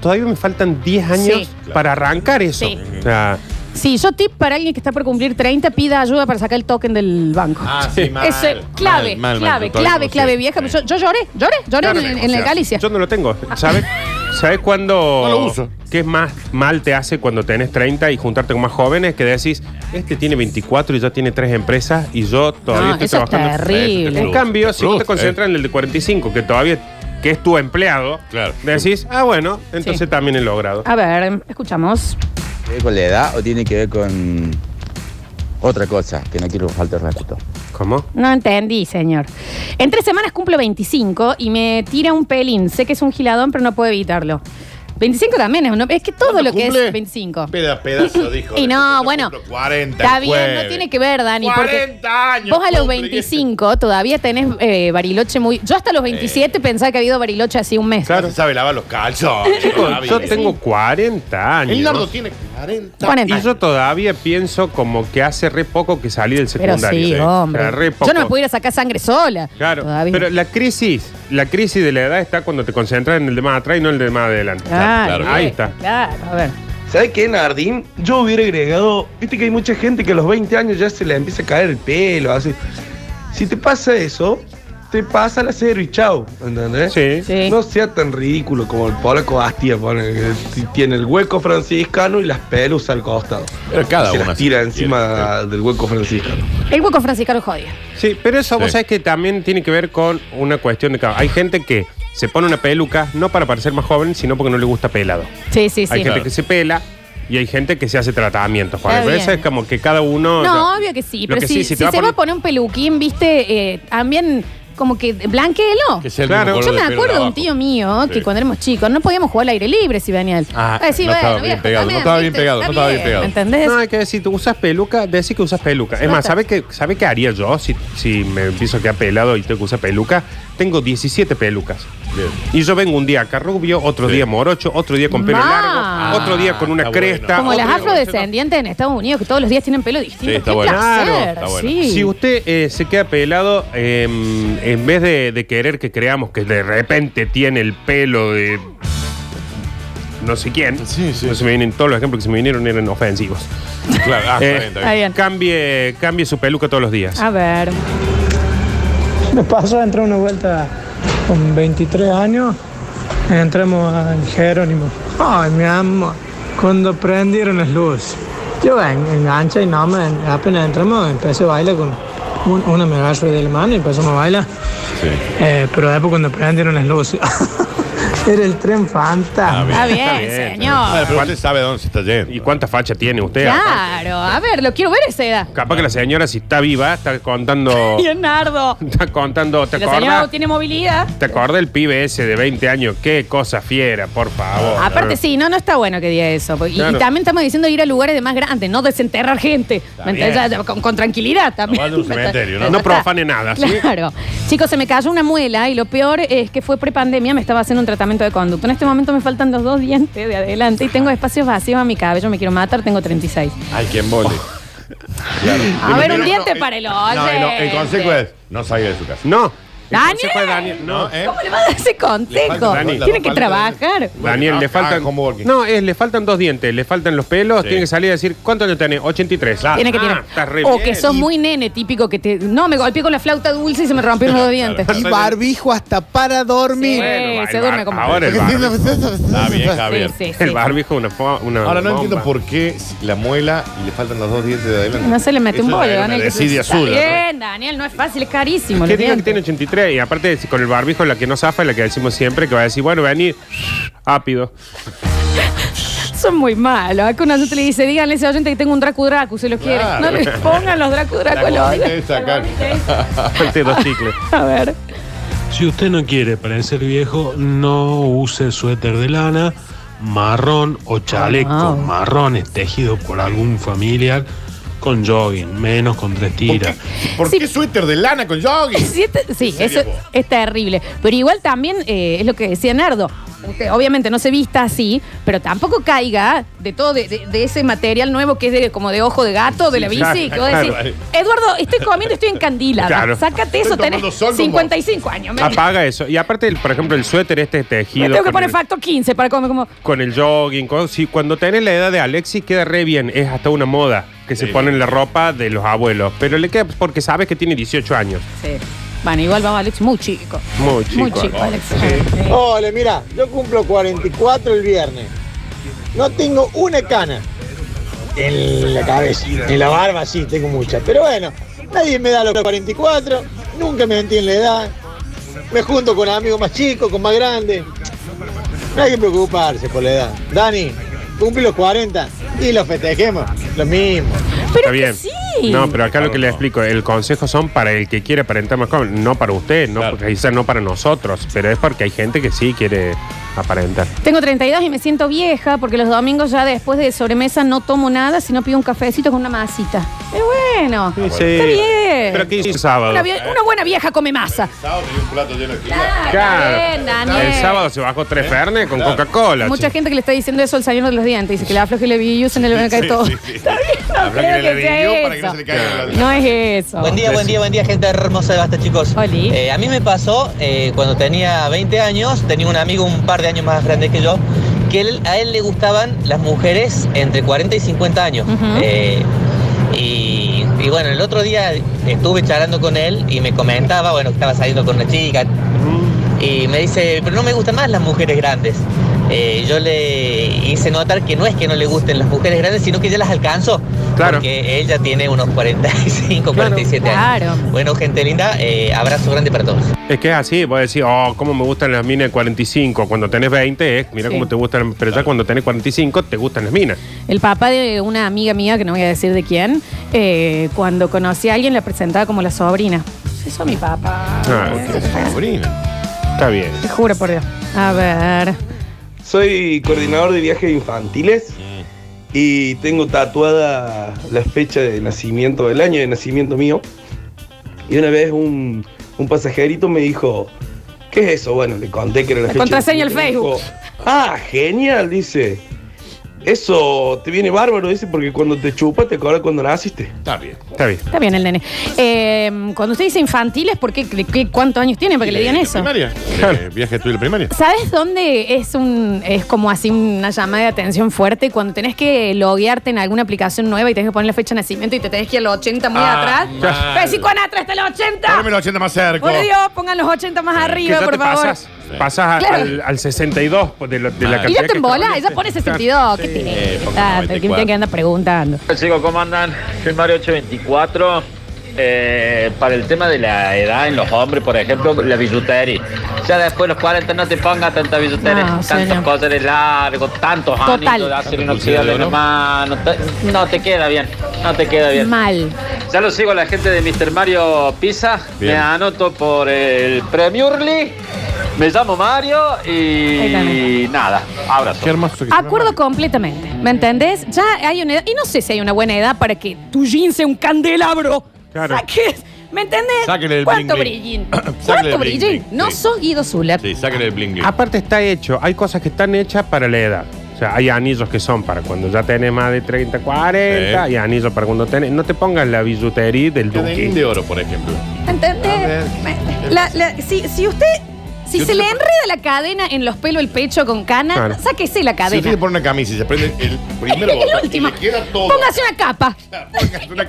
[SPEAKER 3] todavía me faltan 10 años
[SPEAKER 2] Sí.
[SPEAKER 3] para arrancar eso.
[SPEAKER 2] Sí.
[SPEAKER 3] O sea,
[SPEAKER 2] Sí, yo tip para alguien que está por cumplir 30, pida ayuda para sacar el token del banco.
[SPEAKER 4] Ah, sí, mal.
[SPEAKER 2] Eso es clave, clave,
[SPEAKER 4] Mal, mal, mal,
[SPEAKER 2] clave,
[SPEAKER 4] totalmente. Eh,
[SPEAKER 2] clave, vieja. Yo, yo lloré, lloré, lloré
[SPEAKER 3] claro,
[SPEAKER 2] en, en
[SPEAKER 3] o sea,
[SPEAKER 2] la Galicia.
[SPEAKER 3] Yo no lo tengo. ¿Sabes? ¿Sabes cuándo?
[SPEAKER 4] No lo uso.
[SPEAKER 3] ¿Qué es más mal te hace cuando tenés 30 y juntarte con más jóvenes que decís, este tiene 24 y ya tiene tres empresas y yo todavía
[SPEAKER 2] No,
[SPEAKER 3] estoy
[SPEAKER 2] eso es
[SPEAKER 3] trabajando?
[SPEAKER 2] terrible.
[SPEAKER 3] En cambio, si vos te
[SPEAKER 4] Frustra,
[SPEAKER 3] concentras en el de 45, que todavía que es tu empleado,
[SPEAKER 4] Claro.
[SPEAKER 3] decís, ah, bueno, entonces
[SPEAKER 2] Sí. Ah.
[SPEAKER 3] también he logrado.
[SPEAKER 2] A ver, escuchamos.
[SPEAKER 6] ¿Tiene que ver con la edad o tiene que ver con otra cosa que no quiero faltar respeto?
[SPEAKER 3] ¿Cómo?
[SPEAKER 2] No entendí, señor. En tres semanas cumplo 25 y me tira un pelín. Sé que es un giladón, pero no puedo evitarlo. 25 también es, uno- es que todo lo que es 25. *laughs*
[SPEAKER 4] Peda, pedazo, dijo.
[SPEAKER 2] Y no, bueno,
[SPEAKER 4] 40.
[SPEAKER 2] Está bien, no tiene que ver, Dani. Porque
[SPEAKER 4] 40 años.
[SPEAKER 2] vos a los
[SPEAKER 4] cumple,
[SPEAKER 2] 25 todavía tenés eh, bariloche muy. Yo
[SPEAKER 4] Eh.
[SPEAKER 2] hasta los 27 pensaba que había habido bariloche así un mes.
[SPEAKER 4] y- No se sabe lavar los calzones.
[SPEAKER 3] Chicos,
[SPEAKER 4] todavía.
[SPEAKER 3] yo tengo 40 años.
[SPEAKER 4] El Nardo tiene 40.
[SPEAKER 2] 40.
[SPEAKER 3] Y yo todavía pienso como que hace re poco que salí del
[SPEAKER 2] Pero
[SPEAKER 3] secundario.
[SPEAKER 2] sí,
[SPEAKER 3] O sea,
[SPEAKER 2] hombre.
[SPEAKER 3] re
[SPEAKER 2] Yo no me
[SPEAKER 3] poco.
[SPEAKER 2] pudiera sacar sangre sola.
[SPEAKER 3] Claro,
[SPEAKER 2] Todavía.
[SPEAKER 3] pero la crisis, la crisis de la edad está cuando te concentras en el de más atrás y no en el de más adelante.
[SPEAKER 2] Claro,
[SPEAKER 3] Ahí
[SPEAKER 2] bien,
[SPEAKER 3] está.
[SPEAKER 2] Claro, a ver.
[SPEAKER 7] ¿Sabes qué, Nardín? Yo hubiera agregado, viste que hay mucha gente que a los 20 años ya se le empieza a caer el pelo, así. Si te pasa eso, te pasa la cero y chau, ¿entendés?
[SPEAKER 3] Sí.
[SPEAKER 2] Sí.
[SPEAKER 7] No sea tan ridículo como el polaco Bastia, pone, que t- tiene el hueco franciscano y las pelusas al costado.
[SPEAKER 4] Pero cada
[SPEAKER 7] se
[SPEAKER 4] uno
[SPEAKER 7] las
[SPEAKER 4] así
[SPEAKER 7] tira
[SPEAKER 4] tiene.
[SPEAKER 7] encima del hueco franciscano.
[SPEAKER 2] El hueco franciscano jodía.
[SPEAKER 3] Sí, pero eso vos
[SPEAKER 4] Sí.
[SPEAKER 3] sabés que también tiene que ver con una cuestión de cada. Hay gente que se pone una peluca no para parecer más joven, sino porque no le gusta pelado.
[SPEAKER 2] Sí, sí,
[SPEAKER 3] hay
[SPEAKER 2] sí.
[SPEAKER 3] gente que se pela y hay gente que se hace tratamientos. Juan.
[SPEAKER 2] Está
[SPEAKER 3] Pero
[SPEAKER 2] bien.
[SPEAKER 3] eso es como que cada uno.
[SPEAKER 2] No,
[SPEAKER 3] lo-
[SPEAKER 2] obvio que sí.
[SPEAKER 3] lo
[SPEAKER 2] Pero
[SPEAKER 3] que
[SPEAKER 2] si,
[SPEAKER 3] sí,
[SPEAKER 2] si
[SPEAKER 3] te
[SPEAKER 2] se
[SPEAKER 3] va a
[SPEAKER 2] va a
[SPEAKER 3] poner-
[SPEAKER 2] poner un peluquín, viste, eh, también como que blanqueelo.
[SPEAKER 4] Que sea el
[SPEAKER 3] Claro.
[SPEAKER 4] mismo color
[SPEAKER 2] Yo me
[SPEAKER 4] de pelo
[SPEAKER 2] acuerdo de un
[SPEAKER 4] abajo.
[SPEAKER 2] tío mío que
[SPEAKER 4] Sí.
[SPEAKER 2] cuando éramos chicos no podíamos jugar al aire libre si venía él.
[SPEAKER 4] Ah,
[SPEAKER 2] Ah, sí,
[SPEAKER 4] no estaba bien
[SPEAKER 2] viejo,
[SPEAKER 4] pegado, no
[SPEAKER 2] también,
[SPEAKER 4] estaba bien
[SPEAKER 2] ¿viste?
[SPEAKER 4] pegado, no
[SPEAKER 2] Está
[SPEAKER 4] estaba bien
[SPEAKER 2] bien,
[SPEAKER 4] pegado.
[SPEAKER 2] ¿Entendés?
[SPEAKER 3] No, hay que decir, tú usas peluca, decir que usas peluca. Es más,
[SPEAKER 2] basta.
[SPEAKER 3] ¿sabe qué, ¿sabe qué haría yo si, si me empiezo a quedar pelado y tengo que usar peluca? Tengo 17 pelucas.
[SPEAKER 4] Bien.
[SPEAKER 3] Y yo vengo un día acá rubio, otro
[SPEAKER 4] Sí. Ah,
[SPEAKER 3] día morocho, otro día con pelo
[SPEAKER 2] Ma.
[SPEAKER 3] largo, otro día con una
[SPEAKER 4] Está
[SPEAKER 3] cresta.
[SPEAKER 2] Como
[SPEAKER 3] otro
[SPEAKER 2] las
[SPEAKER 3] día con-
[SPEAKER 2] afrodescendientes en Estados Unidos que todos los días tienen pelo distinto.
[SPEAKER 4] Sí, está
[SPEAKER 2] Qué
[SPEAKER 4] bueno.
[SPEAKER 2] placer,
[SPEAKER 3] Claro,
[SPEAKER 4] está bueno.
[SPEAKER 2] sí.
[SPEAKER 3] Si usted eh, se queda pelado, eh, en vez de, de querer que creamos que de repente tiene el pelo de no sé quién,
[SPEAKER 4] Sí, sí.
[SPEAKER 3] no se me vienen todos los ejemplos que se me vinieron eran ofensivos.
[SPEAKER 4] Claro, ah,
[SPEAKER 3] Eh,
[SPEAKER 4] 40.
[SPEAKER 2] Está bien. Ah.
[SPEAKER 3] Cambie, cambie su peluca todos los días.
[SPEAKER 2] A ver.
[SPEAKER 8] Me pasó, entré una vuelta con 23 años, entramos a Jerónimo. Ay, mi amor, cuando prendieron las luces, yo en, engancha y no, me, apenas entramos empecé a bailar con un- una me agarró del mano y empezamos a bailar.
[SPEAKER 4] Sí.
[SPEAKER 8] Eh, pero después cuando prendieron las luces, *laughs* era el tren fantasma.
[SPEAKER 2] Está bien,
[SPEAKER 3] Está bien,
[SPEAKER 4] Ah,
[SPEAKER 2] señor.
[SPEAKER 4] pero usted sabe a dónde se está yendo.
[SPEAKER 3] ¿Y cuánta facha tiene usted?
[SPEAKER 2] Claro, a ver, lo quiero ver a esa edad.
[SPEAKER 3] Capaz que la señora, si está viva, está
[SPEAKER 2] *laughs*
[SPEAKER 3] contando.
[SPEAKER 4] Oh.
[SPEAKER 2] Leonardo.
[SPEAKER 3] Está contando. ¿Te
[SPEAKER 2] Si la señora
[SPEAKER 3] acordás?
[SPEAKER 2] tiene movilidad.
[SPEAKER 3] ¿Te acordás del pibe ese de 20 años? Qué cosa fiera, por favor.
[SPEAKER 4] Ah.
[SPEAKER 2] Aparte, sí, no, no está bueno que diga eso. porque- Y,
[SPEAKER 3] Claro.
[SPEAKER 2] y también estamos diciendo ir a lugares de más grandes, no desenterrar gente. ¿Me
[SPEAKER 3] bien.
[SPEAKER 2] entendés? Ya, Con, con tranquilidad también.
[SPEAKER 4] vaya a un
[SPEAKER 2] *laughs*
[SPEAKER 4] cementerio, ¿no?
[SPEAKER 2] Ya
[SPEAKER 3] No
[SPEAKER 2] está.
[SPEAKER 3] profane nada, ¿sí?
[SPEAKER 2] Claro. Chicos, se me cayó una muela y lo peor es que fue prepandemia, me estaba haciendo un tratamiento procedimiento de conducto. En este momento me faltan los dos dientes de adelante y tengo espacios vacíos a mi cabello. Me quiero matar, tengo 36.
[SPEAKER 4] Ay, quién vole. *laughs* Claro.
[SPEAKER 2] Oh. A ver, un
[SPEAKER 4] No,
[SPEAKER 2] diente
[SPEAKER 4] no,
[SPEAKER 2] para el
[SPEAKER 4] No, el, el
[SPEAKER 2] oyente.
[SPEAKER 4] consejo es no salga de su casa.
[SPEAKER 3] No. El
[SPEAKER 2] Daniel.
[SPEAKER 3] consejo de Daniel. No,
[SPEAKER 4] ¿eh?
[SPEAKER 2] ¿Cómo le vas a dar ese consejo?
[SPEAKER 4] Dani, las
[SPEAKER 2] Tiene
[SPEAKER 4] dos
[SPEAKER 2] que
[SPEAKER 4] paletas.
[SPEAKER 2] trabajar.
[SPEAKER 4] Bueno,
[SPEAKER 3] Daniel,
[SPEAKER 4] ah,
[SPEAKER 3] le faltan.
[SPEAKER 4] ah, home working.
[SPEAKER 3] no, es, le faltan dos dientes, le faltan los pelos,
[SPEAKER 4] Sí.
[SPEAKER 3] tiene que salir a decir, ¿cuántos años tenés? 83.
[SPEAKER 4] Claro.
[SPEAKER 2] Tiene que
[SPEAKER 3] Ah,
[SPEAKER 2] tirar.
[SPEAKER 3] estás re
[SPEAKER 2] o
[SPEAKER 3] bien.
[SPEAKER 2] que sos muy nene, típico que te. No, me golpeé con la flauta dulce y se me rompieron los dos dientes.
[SPEAKER 5] Y barbijo hasta para dormir.
[SPEAKER 2] Eh, se duerme como-
[SPEAKER 3] Ahora el barbijo.
[SPEAKER 4] Está bien,
[SPEAKER 2] Sí,
[SPEAKER 4] Javier.
[SPEAKER 2] sí, sí.
[SPEAKER 3] El barbijo una, fo- una
[SPEAKER 4] Ahora no
[SPEAKER 3] bomba.
[SPEAKER 4] entiendo por qué la muela y le faltan los dos dientes de adelante.
[SPEAKER 2] No se le mete un
[SPEAKER 4] Eso
[SPEAKER 2] bollo,
[SPEAKER 4] era una
[SPEAKER 2] Daniel. que se-
[SPEAKER 4] desidia
[SPEAKER 2] Está
[SPEAKER 4] suya, ¿no?
[SPEAKER 2] Bien, Daniel, no es fácil, es carísimo.
[SPEAKER 3] Que
[SPEAKER 2] los
[SPEAKER 3] diga que tiene
[SPEAKER 2] dientes.
[SPEAKER 3] 83 y aparte si con el barbijo la que no zafa es la que decimos siempre que va a decir, bueno, vení *laughs* rápido.
[SPEAKER 2] Son muy malos. Acá una gente le dice, díganle a ese oyente que tengo un Dracu Dracu, si lo quiere.
[SPEAKER 4] Claro.
[SPEAKER 2] No le pongan los Dracu Dracu a
[SPEAKER 4] La
[SPEAKER 2] los
[SPEAKER 4] gomita
[SPEAKER 2] oyentes.
[SPEAKER 4] esa, acá.
[SPEAKER 3] Falté dos chicles.
[SPEAKER 2] *laughs* A ver.
[SPEAKER 9] Si usted no quiere parecer viejo, no use suéter de lana, marrón o chaleco
[SPEAKER 2] Ah.
[SPEAKER 9] marrones tejido por algún familiar con jogging, menos con tres
[SPEAKER 4] ¿Por
[SPEAKER 9] tiras.
[SPEAKER 4] qué, por
[SPEAKER 2] Sí.
[SPEAKER 4] qué suéter de lana con jogging?
[SPEAKER 2] Sí, te- sí, eso
[SPEAKER 4] vos?
[SPEAKER 2] es terrible. Pero igual también eh, es lo que decía Nardo. Usted, obviamente no se vista así, pero tampoco caiga de todo de, de- de ese material nuevo que es de, como de ojo de gato, de la bici.
[SPEAKER 3] claro,
[SPEAKER 2] que vos
[SPEAKER 3] claro.
[SPEAKER 2] decís, Eduardo, estoy comiendo, estoy encandilada.
[SPEAKER 3] Claro.
[SPEAKER 2] Sácate
[SPEAKER 4] Estoy
[SPEAKER 2] eso, tenés
[SPEAKER 4] tomando sol con
[SPEAKER 2] 55 años. Me,
[SPEAKER 3] Apaga eso. Y aparte, el- por ejemplo, el suéter este tejido.
[SPEAKER 2] me tengo que
[SPEAKER 3] con
[SPEAKER 2] poner
[SPEAKER 3] el-
[SPEAKER 2] facto 15 para comer como.
[SPEAKER 3] con el jogging. con- si, cuando tenés la edad de Alexis queda re bien. Es hasta una moda que se
[SPEAKER 4] Sí.
[SPEAKER 3] pone en la ropa de los abuelos. Pero le queda porque sabes que tiene 18 años.
[SPEAKER 2] Sí. Bueno, igual vamos, Alex, muy chico.
[SPEAKER 3] Muy chico.
[SPEAKER 2] muy chico,
[SPEAKER 3] ¿no? Oh,
[SPEAKER 2] Alex.
[SPEAKER 10] Ole, mira, yo cumplo 44 el viernes. No tengo una cana en la cabeza. En la barba sí, tengo muchas. Pero bueno, nadie me da los 44. Nunca me entiende la edad. Me junto con amigos más chicos, con más grandes. No hay que preocuparse por la edad. Dani, cumple los 40 y los festejemos. Lo mismo.
[SPEAKER 2] Pero
[SPEAKER 3] Está bien.
[SPEAKER 2] que sí.
[SPEAKER 3] No, pero acá lo que le
[SPEAKER 4] no.
[SPEAKER 3] explico, el consejo son para el que quiere aparentar más joven, no para usted, no,
[SPEAKER 4] Claro.
[SPEAKER 3] quizás no para nosotros, pero es porque hay gente que sí quiere aparentar.
[SPEAKER 4] Ah,
[SPEAKER 2] Tengo 32 y me siento vieja porque los domingos ya después de sobremesa no tomo nada, sino pido un cafecito con una masita. Es bueno. Está bien.
[SPEAKER 3] Pero ¿qué hizo el sábado?
[SPEAKER 2] Una, vie- una buena vieja come masa.
[SPEAKER 4] Sábado tenía un plato lleno de quinoa.
[SPEAKER 2] Claro.
[SPEAKER 3] Claro.
[SPEAKER 2] Está bien, Daniel.
[SPEAKER 3] El sábado se bajó tres fernes con
[SPEAKER 4] Claro.
[SPEAKER 3] Coca-Cola.
[SPEAKER 2] Mucha
[SPEAKER 3] che.
[SPEAKER 2] gente que le está diciendo eso al señor de los dientes. Dice que le afloje el virus en el banca de
[SPEAKER 4] Sí,
[SPEAKER 2] todo.
[SPEAKER 4] sí, sí.
[SPEAKER 2] Está bien, no
[SPEAKER 4] Habrá
[SPEAKER 2] creo
[SPEAKER 4] que le
[SPEAKER 2] que sea
[SPEAKER 4] leyó para que no
[SPEAKER 2] eso.
[SPEAKER 4] se le caiga la-
[SPEAKER 2] No es eso.
[SPEAKER 10] Buen día, buen día, buen día, gente hermosa de Basta, chicos.
[SPEAKER 2] Oli.
[SPEAKER 10] Eh, a mí me pasó eh, cuando tenía 20 años, tenía un amigo un par de años más grande que yo, que él- a él le gustaban las mujeres entre 40 y 50 años.
[SPEAKER 2] Ujú.
[SPEAKER 10] Eh, y, y bueno, el otro día estuve charlando con él y me comentaba, bueno, que estaba saliendo con una chica, y me dice, pero no me gustan más las mujeres grandes. Eh, yo le hice notar que no es que no le gusten las mujeres grandes, sino que ya las alcanzó.
[SPEAKER 3] Claro.
[SPEAKER 10] Porque ella tiene unos 45,
[SPEAKER 3] Claro.
[SPEAKER 10] 47 años.
[SPEAKER 2] Claro.
[SPEAKER 10] Bueno, gente linda, eh, abrazo grande para todos.
[SPEAKER 3] Es que es así, vos decís, oh, cómo me gustan las minas de 45. Cuando tenés 20, es, mira
[SPEAKER 2] Sí.
[SPEAKER 3] cómo te gustan, pero ya cuando tenés 45, te gustan las minas.
[SPEAKER 2] El papá de una amiga mía, que no voy a decir de quién, eh, cuando conocí a alguien la presentaba como la sobrina. Eso es mi papá.
[SPEAKER 3] Ah,
[SPEAKER 4] Qué sobrina.
[SPEAKER 3] Está bien.
[SPEAKER 2] Te juro por Dios. A ver.
[SPEAKER 7] Soy coordinador de viajes infantiles y tengo tatuada la fecha de nacimiento, del año de nacimiento mío. Y una vez un, un pasajerito me dijo, ¿qué es eso? Bueno, le conté que era la,
[SPEAKER 2] La
[SPEAKER 7] fecha. de
[SPEAKER 2] contraseña del
[SPEAKER 7] nacimiento. Me dijo, ah, genial, dice. Eso te viene bárbaro, dice, porque cuando te chupas te cobra cuando naciste.
[SPEAKER 4] Está bien.
[SPEAKER 3] Está bien.
[SPEAKER 2] Está bien el nene. Eh, cuando usted dice infantiles, ¿por qué, ¿De qué- ¿cuántos años tiene para que le digan eso?
[SPEAKER 4] Primaria. Eh, viaje tú de la primaria.
[SPEAKER 2] ¿Sabes dónde es un es como así una llamada de atención fuerte? Cuando tenés que loguearte en alguna aplicación nueva y tenés que poner la fecha de nacimiento y te tenés que ir al 80 muy
[SPEAKER 4] Ah,
[SPEAKER 2] atrás.
[SPEAKER 4] mal.
[SPEAKER 2] Pero si con atrás está el 80.
[SPEAKER 4] Póngame los Eh, 80 más cerca.
[SPEAKER 2] Por Dios, pongan los 80 más
[SPEAKER 3] Que
[SPEAKER 2] arriba,
[SPEAKER 3] ya
[SPEAKER 2] por
[SPEAKER 3] te
[SPEAKER 2] favor.
[SPEAKER 3] pasas, pasas a-
[SPEAKER 2] Claro.
[SPEAKER 3] al, al 62 de, lo- de la
[SPEAKER 2] Y
[SPEAKER 4] Y
[SPEAKER 3] cantidad
[SPEAKER 2] ya
[SPEAKER 3] que
[SPEAKER 2] te embola,
[SPEAKER 3] estableces.
[SPEAKER 2] ella
[SPEAKER 4] *laughs*
[SPEAKER 2] pone 62. ¿Qué tiene? Tanto,
[SPEAKER 4] porque
[SPEAKER 2] ¿Quién
[SPEAKER 4] 94.
[SPEAKER 2] tiene que andar preguntando?
[SPEAKER 11] Chicos, ¿cómo andan? Soy Mario 824. Eh, para el tema de la edad en los hombres, por ejemplo, la bisutería. Ya después de los 40 no te pongas tanta bisutería,
[SPEAKER 2] No,
[SPEAKER 11] tantos
[SPEAKER 2] señor.
[SPEAKER 11] cosas de largo, tantos
[SPEAKER 2] Total.
[SPEAKER 11] anillos de acero inoxidable en la mano. te- no te queda bien, no te queda bien.
[SPEAKER 2] Mal.
[SPEAKER 11] Ya lo sigo a la gente de Mr. Mario Pisa.
[SPEAKER 4] Bien.
[SPEAKER 11] Me anoto por el Premier League. Me llamo Mario
[SPEAKER 2] Ahí
[SPEAKER 11] y nada, abrazo.
[SPEAKER 4] Qué hermoso que
[SPEAKER 2] Acuerdo completamente. ¿Me entendés? Ya hay una edad. Y no sé si hay una buena edad para que tu jean sea un candelabro.
[SPEAKER 3] Claro.
[SPEAKER 2] Saques- ¿Me entendés?
[SPEAKER 4] Sáquele el
[SPEAKER 2] ¿Cuánto
[SPEAKER 4] bling
[SPEAKER 2] brillín?
[SPEAKER 4] bling. *clears throat* Sáquele
[SPEAKER 2] ¿Cuánto
[SPEAKER 4] el bling
[SPEAKER 2] brillín?
[SPEAKER 4] bling,
[SPEAKER 2] No
[SPEAKER 4] sí.
[SPEAKER 2] sos Guido Zuller.
[SPEAKER 4] Sí, sáquenle el bling bling.
[SPEAKER 3] Aparte está hecho, hay cosas que están hechas para la edad. O sea, hay anillos que son para cuando ya tenés más de 30, 40,
[SPEAKER 4] Sí.
[SPEAKER 3] y anillos para cuando tenés. No te pongas la bisutería del duque. *laughs*
[SPEAKER 4] Cadenín de oro, por ejemplo.
[SPEAKER 2] ¿Entendés? La- la- si, si usted. Si
[SPEAKER 4] Yo
[SPEAKER 2] se
[SPEAKER 4] te-
[SPEAKER 2] le enreda la cadena en los pelos, el pecho con cana,
[SPEAKER 4] Claro.
[SPEAKER 2] sáquese la
[SPEAKER 4] Si usted
[SPEAKER 2] cadena.
[SPEAKER 4] le pone una camisa y se prende el primer
[SPEAKER 2] *laughs* el
[SPEAKER 4] botón,
[SPEAKER 2] último.
[SPEAKER 4] y le queda todo.
[SPEAKER 2] Póngase una capa.
[SPEAKER 4] una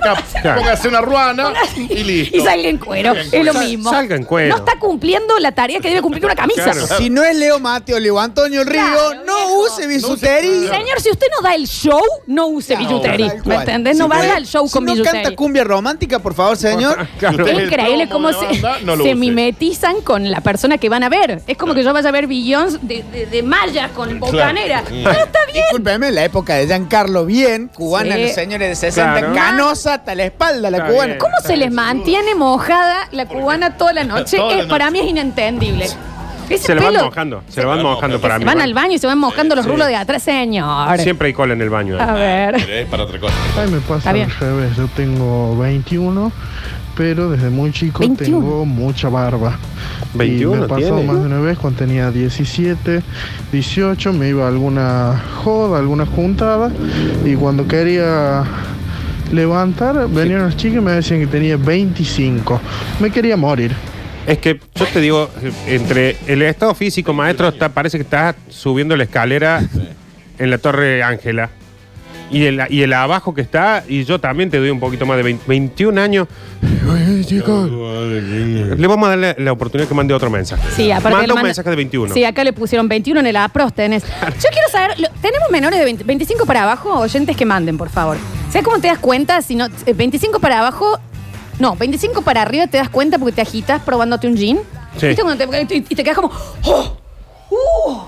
[SPEAKER 2] *laughs*
[SPEAKER 4] capa,
[SPEAKER 3] Claro.
[SPEAKER 4] póngase una ruana y listo.
[SPEAKER 2] Y salga en cuero.
[SPEAKER 4] Salga en cuero.
[SPEAKER 2] Es lo
[SPEAKER 4] Sal-
[SPEAKER 2] mismo.
[SPEAKER 4] salga en cuero.
[SPEAKER 2] No está cumpliendo la tarea que debe cumplir una camisa.
[SPEAKER 5] Si no es Leo Mateo, Leo Antonio Río,
[SPEAKER 2] Claro,
[SPEAKER 5] no use bisutería.
[SPEAKER 2] Señor, si usted no da el show, no use billutería.
[SPEAKER 5] Tal
[SPEAKER 2] ¿Me
[SPEAKER 5] cual.
[SPEAKER 2] entendés?
[SPEAKER 5] Si
[SPEAKER 2] No vaya
[SPEAKER 5] usted-
[SPEAKER 2] al show
[SPEAKER 5] si
[SPEAKER 2] con
[SPEAKER 5] no
[SPEAKER 2] billutería.
[SPEAKER 5] canta cumbia romántica, por favor, señor.
[SPEAKER 4] Claro.
[SPEAKER 2] Es increíble cómo se, se
[SPEAKER 4] mime.
[SPEAKER 2] mimetizan con la persona que van a ver. Es como que yo vaya a ver Billions de, de, de malla con bocanera.
[SPEAKER 5] Mm.
[SPEAKER 2] No está bien.
[SPEAKER 5] Discúlpeme, en la época de Giancarlo, bien, cubana,
[SPEAKER 2] Sí.
[SPEAKER 5] los señores de 60,
[SPEAKER 2] Claro.
[SPEAKER 5] canosa hasta la espalda, la
[SPEAKER 2] Está
[SPEAKER 5] cubana.
[SPEAKER 2] ¿Cómo se les mantiene mojada la cubana toda la noche?
[SPEAKER 5] Toda la
[SPEAKER 2] Eh, Para mí es inentendible. Ese
[SPEAKER 3] Se lo van
[SPEAKER 2] pelo-
[SPEAKER 3] mojando, se lo van mojando para mí.
[SPEAKER 2] Van al baño y se van mojando los
[SPEAKER 3] Sí.
[SPEAKER 2] rulos de atrás, señor.
[SPEAKER 3] Siempre hay cola en el baño.
[SPEAKER 2] A ver.
[SPEAKER 4] Pero es para otra cosa.
[SPEAKER 12] Ay, me
[SPEAKER 2] Está
[SPEAKER 12] pasa al
[SPEAKER 2] bien.
[SPEAKER 12] revés. Yo tengo 21, pero desde muy chico
[SPEAKER 2] 21.
[SPEAKER 12] tengo mucha barba.
[SPEAKER 3] 21
[SPEAKER 12] y me pasó
[SPEAKER 3] tiene.
[SPEAKER 12] más de una vez cuando tenía 17, 18, me iba a alguna joda, alguna juntada, y cuando quería levantar, venían los chicos y me decían que tenía 25. Me quería morir.
[SPEAKER 3] Es que yo te digo, entre el estado físico, maestro, está- parece que estás subiendo la escalera en la Torre Ángela. Y el, y el abajo que está, y yo también te doy un poquito más de 20 21 años. Ay, chicos. Le vamos a dar la, la oportunidad que mande otro mensaje.
[SPEAKER 2] Sí, aparte
[SPEAKER 3] Manda
[SPEAKER 2] le
[SPEAKER 3] un
[SPEAKER 2] manda-
[SPEAKER 3] mensaje de 21.
[SPEAKER 2] Sí, acá le pusieron 21 en el APROS
[SPEAKER 3] *laughs*
[SPEAKER 2] tenés. Yo quiero saber, lo- ¿tenemos menores de 20 25 para abajo? Oyentes que manden, por favor. ¿Sabes cómo te das cuenta? Si no, eh, 25 para abajo, no, 25 para arriba te das cuenta porque te agitas probándote un jean.
[SPEAKER 3] Sí.
[SPEAKER 2] ¿Viste cuando te- y y te quedas como, ¡oh! ¡Uh!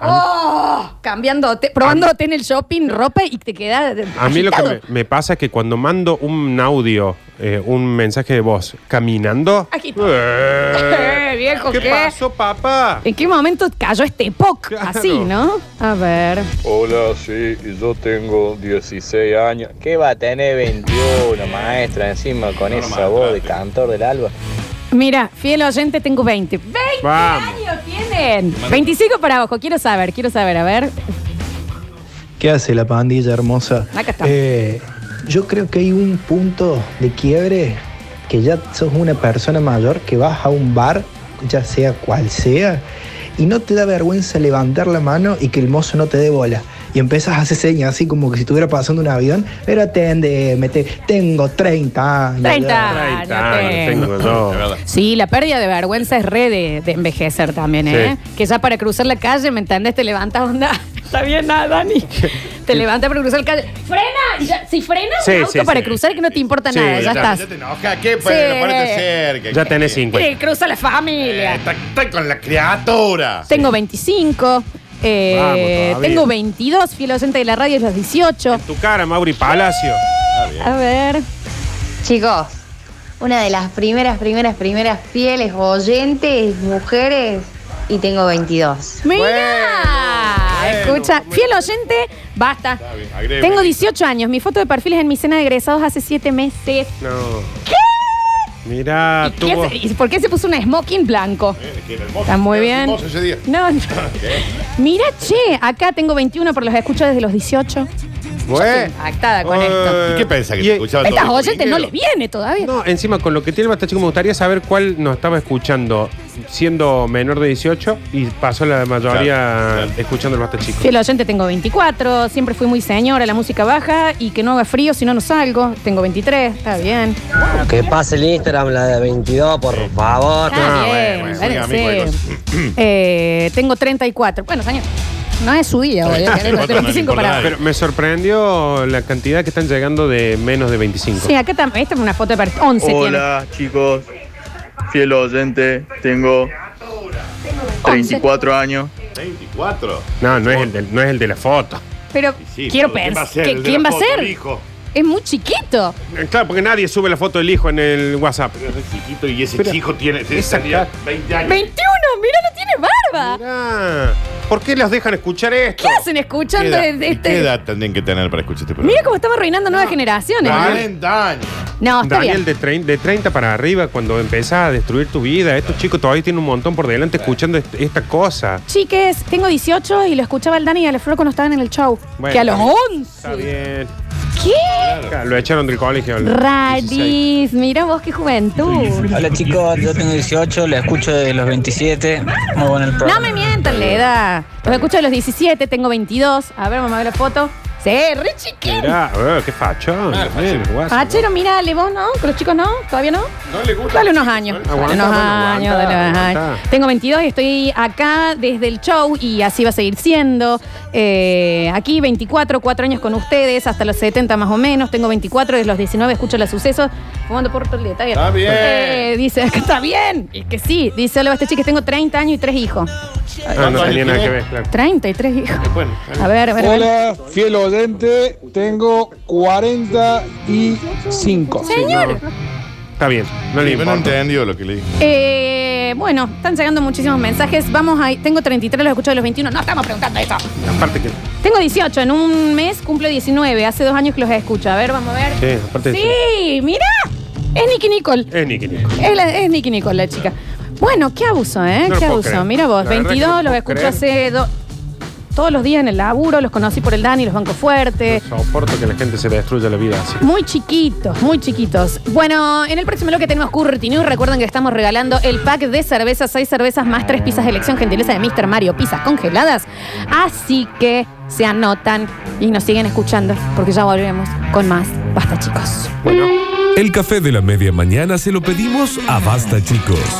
[SPEAKER 2] ¡Oh! Cambiándote, probándote en el shopping ropa y te quedas eh,
[SPEAKER 3] A mí lo que
[SPEAKER 2] agitado.
[SPEAKER 3] me, me pasa es que cuando mando un audio, eh, un mensaje de voz, caminando.
[SPEAKER 2] Agitado.
[SPEAKER 3] Eh,
[SPEAKER 2] Eh, *laughs* viejo,
[SPEAKER 3] ¿Qué pasó, papá?
[SPEAKER 2] ¿En qué momento cayó este POC? Así, ¿no? A ver.
[SPEAKER 13] Hola, sí, yo tengo 16 años. ¿Qué va a tener 21, maestra, encima con esa voz de cantor del alba?
[SPEAKER 2] Mira, fiel oyente, tengo 20. ¡20
[SPEAKER 13] Vamos.
[SPEAKER 2] años tienen! 25 para abajo, quiero saber, quiero saber, a ver.
[SPEAKER 14] ¿Qué hace la pandilla hermosa?
[SPEAKER 2] Acá está.
[SPEAKER 14] Eh, yo creo que hay un punto de quiebre que ya sos una persona mayor que vas a un bar, ya sea cual sea, y no te da vergüenza levantar la mano y que el mozo no te dé bola. Y empiezas a hacer señas así como que si estuviera pasando un avión, pero atende, mete, tengo 30 años.
[SPEAKER 2] 30 años Ah, tengo.
[SPEAKER 3] yo.
[SPEAKER 2] Sí, la pérdida de vergüenza es re de, de envejecer también, ¿eh? Que ya para cruzar la calle, ¿me entendés? Te levantas onda. *laughs* Está bien, nada, Dani. Te levantas para cruzar la calle. ¡Frena! Y ya- si frenas
[SPEAKER 3] Sí,
[SPEAKER 2] el auto
[SPEAKER 3] sí,
[SPEAKER 2] para
[SPEAKER 3] sí.
[SPEAKER 2] cruzar, que no te importa
[SPEAKER 3] Sí,
[SPEAKER 2] nada, ya,
[SPEAKER 3] ya-
[SPEAKER 2] estás.
[SPEAKER 3] ya
[SPEAKER 4] Pues te enoja, ¿qué?
[SPEAKER 2] Sí.
[SPEAKER 4] Bueno, ponete cerca.
[SPEAKER 3] Ya tenés 50.
[SPEAKER 2] Eh, cruza la familia.
[SPEAKER 3] Eh,
[SPEAKER 4] Está, está con la criatura.
[SPEAKER 2] Tengo 25. eh,
[SPEAKER 3] Vamos, todavía.
[SPEAKER 2] tengo 22, fiel docente de la radio, es los 18.
[SPEAKER 3] Tu cara, Mauri Palacio.
[SPEAKER 2] A ver.
[SPEAKER 15] Chicos, una de las primeras, primeras, primeras fieles oyentes, mujeres, y tengo 22.
[SPEAKER 2] Mira, escucha, fiel oyente, basta.
[SPEAKER 15] agrégame.
[SPEAKER 2] Tengo 18 años, mi foto de perfil es en mi cena de egresados hace 7 meses.
[SPEAKER 3] No. ¿Qué? Mirá,
[SPEAKER 2] ¿Qué
[SPEAKER 3] Ah, tuvo.
[SPEAKER 2] se- y ¿Por qué se puso un smoking blanco? Está muy bien.
[SPEAKER 4] hermoso ese día.
[SPEAKER 2] No, no. Mira, che, acá tengo 21, pero los escucho desde los 18.
[SPEAKER 3] Eh. Bueno.
[SPEAKER 2] Actada con esto.
[SPEAKER 4] ¿Qué pensás que
[SPEAKER 3] Eh, Y-
[SPEAKER 4] te escuchaba todo?
[SPEAKER 2] Estas oyentes no les viene todavía.
[SPEAKER 3] No, encima con lo que tiene el Basta Chico, me gustaría saber cuál nos estaba escuchando siendo menor de 18 y pasó la mayoría escuchando el Basta Chico.
[SPEAKER 2] Fiel oyente, tengo 24, siempre fui muy señora, la música baja y que no haga frío si no, no salgo. Tengo 23, está bien.
[SPEAKER 16] Que pase el Instagram, la de 22, por
[SPEAKER 3] Ah,
[SPEAKER 16] favor.
[SPEAKER 2] Está bien, espérense. Eh, tengo 34. Bueno, señor, no es su día hoy. ¿eh? Tenemos 25 para
[SPEAKER 3] Pero me sorprendió la cantidad que están llegando de menos de 25.
[SPEAKER 2] Sí, acá también. Esta es una foto de perfil. 11
[SPEAKER 17] Hola chicos, fiel oyente, tengo 34 años.
[SPEAKER 4] 24.
[SPEAKER 3] No, no es, el de, no es el de la foto.
[SPEAKER 2] tiene. Pero
[SPEAKER 3] sí,
[SPEAKER 2] quiero
[SPEAKER 3] ¿quién va a
[SPEAKER 2] pensar.
[SPEAKER 3] ser?
[SPEAKER 2] que-
[SPEAKER 3] El de
[SPEAKER 2] ¿Quién
[SPEAKER 3] la
[SPEAKER 2] va a
[SPEAKER 3] foto,
[SPEAKER 2] ser?
[SPEAKER 3] el hijo.
[SPEAKER 2] Es muy chiquito.
[SPEAKER 3] Eh, Claro, porque nadie sube la foto del hijo en el WhatsApp.
[SPEAKER 4] y ese chico tiene,
[SPEAKER 3] esa
[SPEAKER 4] tenía 20 años.
[SPEAKER 2] 21, mira, no tiene barba.
[SPEAKER 3] Ah, ¿Por qué los dejan escuchar esto?
[SPEAKER 2] ¿Qué hacen escuchando
[SPEAKER 4] ¿Qué
[SPEAKER 2] desde
[SPEAKER 4] edad- ¿Qué
[SPEAKER 2] este?
[SPEAKER 4] edad tendrían que tener para escuchar este programa?
[SPEAKER 2] Mira cómo estamos arruinando nuevas generaciones.
[SPEAKER 4] Daniel, Daniel.
[SPEAKER 2] ¿eh? No, está
[SPEAKER 3] Ah,
[SPEAKER 2] bien.
[SPEAKER 3] Daniel, de, trein- de 30 para arriba, cuando empezás a destruir tu vida, estos chicos todavía tienen un montón por delante escuchando est- esta cosa.
[SPEAKER 2] Chiques, tengo 18 y lo escuchaba el Dani y a la Flor cuando estaban en el show.
[SPEAKER 3] Bueno,
[SPEAKER 2] que a los
[SPEAKER 3] está bien.
[SPEAKER 2] 11.
[SPEAKER 3] Está bien.
[SPEAKER 2] ¿Qué?
[SPEAKER 3] Claro, Lo echaron del colegio.
[SPEAKER 2] Radis, mira vos qué juventud.
[SPEAKER 16] Hola chicos, yo tengo 18, la escucho de los 27. Muy bueno el
[SPEAKER 2] No
[SPEAKER 16] programa.
[SPEAKER 2] me mientan la edad. Los escucho de los 17, tengo 22. A ver, mamá, ve la foto. Sí, re chiquín.
[SPEAKER 3] Mirá, eh, qué fachón. Ah, Bien, guaso.
[SPEAKER 2] Pachero, mira, vos no, con los chicos no, todavía no.
[SPEAKER 4] No le gusta.
[SPEAKER 2] Dale unos años. Dale
[SPEAKER 3] Aguanta,
[SPEAKER 2] unos
[SPEAKER 3] bueno,
[SPEAKER 2] años,
[SPEAKER 3] aguanta,
[SPEAKER 2] dale unos
[SPEAKER 3] aguanta.
[SPEAKER 2] años. Tengo 22 y estoy acá desde el show y así va a seguir siendo. Eh, aquí 24, 4 años con ustedes, hasta los 70 más o menos. Tengo 24, desde los 19 escucho los sucesos. Fumando por todo el detalle.
[SPEAKER 4] Está bien.
[SPEAKER 2] Eh, dice, *laughs* está bien. Es que sí. Dice, hola, este chico, tengo 30 años y 3 hijos.
[SPEAKER 3] Ah, no tenía nada que ver, claro.
[SPEAKER 2] 33 hijos.
[SPEAKER 3] Bueno,
[SPEAKER 2] A ver, a ver. a ver.
[SPEAKER 18] Hola, fiel oyente, tengo 45.
[SPEAKER 2] Señor.
[SPEAKER 3] Está bien, no le
[SPEAKER 4] Sí,
[SPEAKER 3] importa.
[SPEAKER 4] no entendió lo que le dije.
[SPEAKER 2] Eh, bueno, están llegando muchísimos mensajes. Vamos a. Tengo 33, los escucho de los 21. No estamos preguntando eso.
[SPEAKER 3] Aparte que.
[SPEAKER 2] Tengo 18, en un mes cumplo 19. Hace dos años que los escucho. A ver, vamos a ver.
[SPEAKER 3] Sí, aparte de-
[SPEAKER 2] Sí, mira. Es Nicky Nicole.
[SPEAKER 3] Es Nicky Nicole.
[SPEAKER 2] Es, la- es Nicky Nicole, la chica. Bueno, qué abuso, ¿eh?
[SPEAKER 3] No lo
[SPEAKER 2] qué
[SPEAKER 3] puedo
[SPEAKER 2] abuso.
[SPEAKER 3] creer.
[SPEAKER 2] Mira vos,
[SPEAKER 3] La verdad que
[SPEAKER 2] 22,
[SPEAKER 3] no lo
[SPEAKER 2] los
[SPEAKER 3] puedo
[SPEAKER 2] escucho
[SPEAKER 3] creer.
[SPEAKER 2] hace do- todos los días en el laburo. Los conocí por el Dani, los Banco Fuerte.
[SPEAKER 3] Soporto que la gente se le destruya la vida así.
[SPEAKER 2] Muy chiquitos, muy chiquitos. Bueno, en el próximo bloque tenemos Curti News. Recuerden que estamos regalando el pack de cervezas, seis cervezas más tres pizzas de elección gentileza de Mr. Mario, pizzas congeladas. Así que se anotan y nos siguen escuchando porque ya volvemos con más. Basta, chicos.
[SPEAKER 1] El café de la media mañana se lo pedimos a Basta, chicos.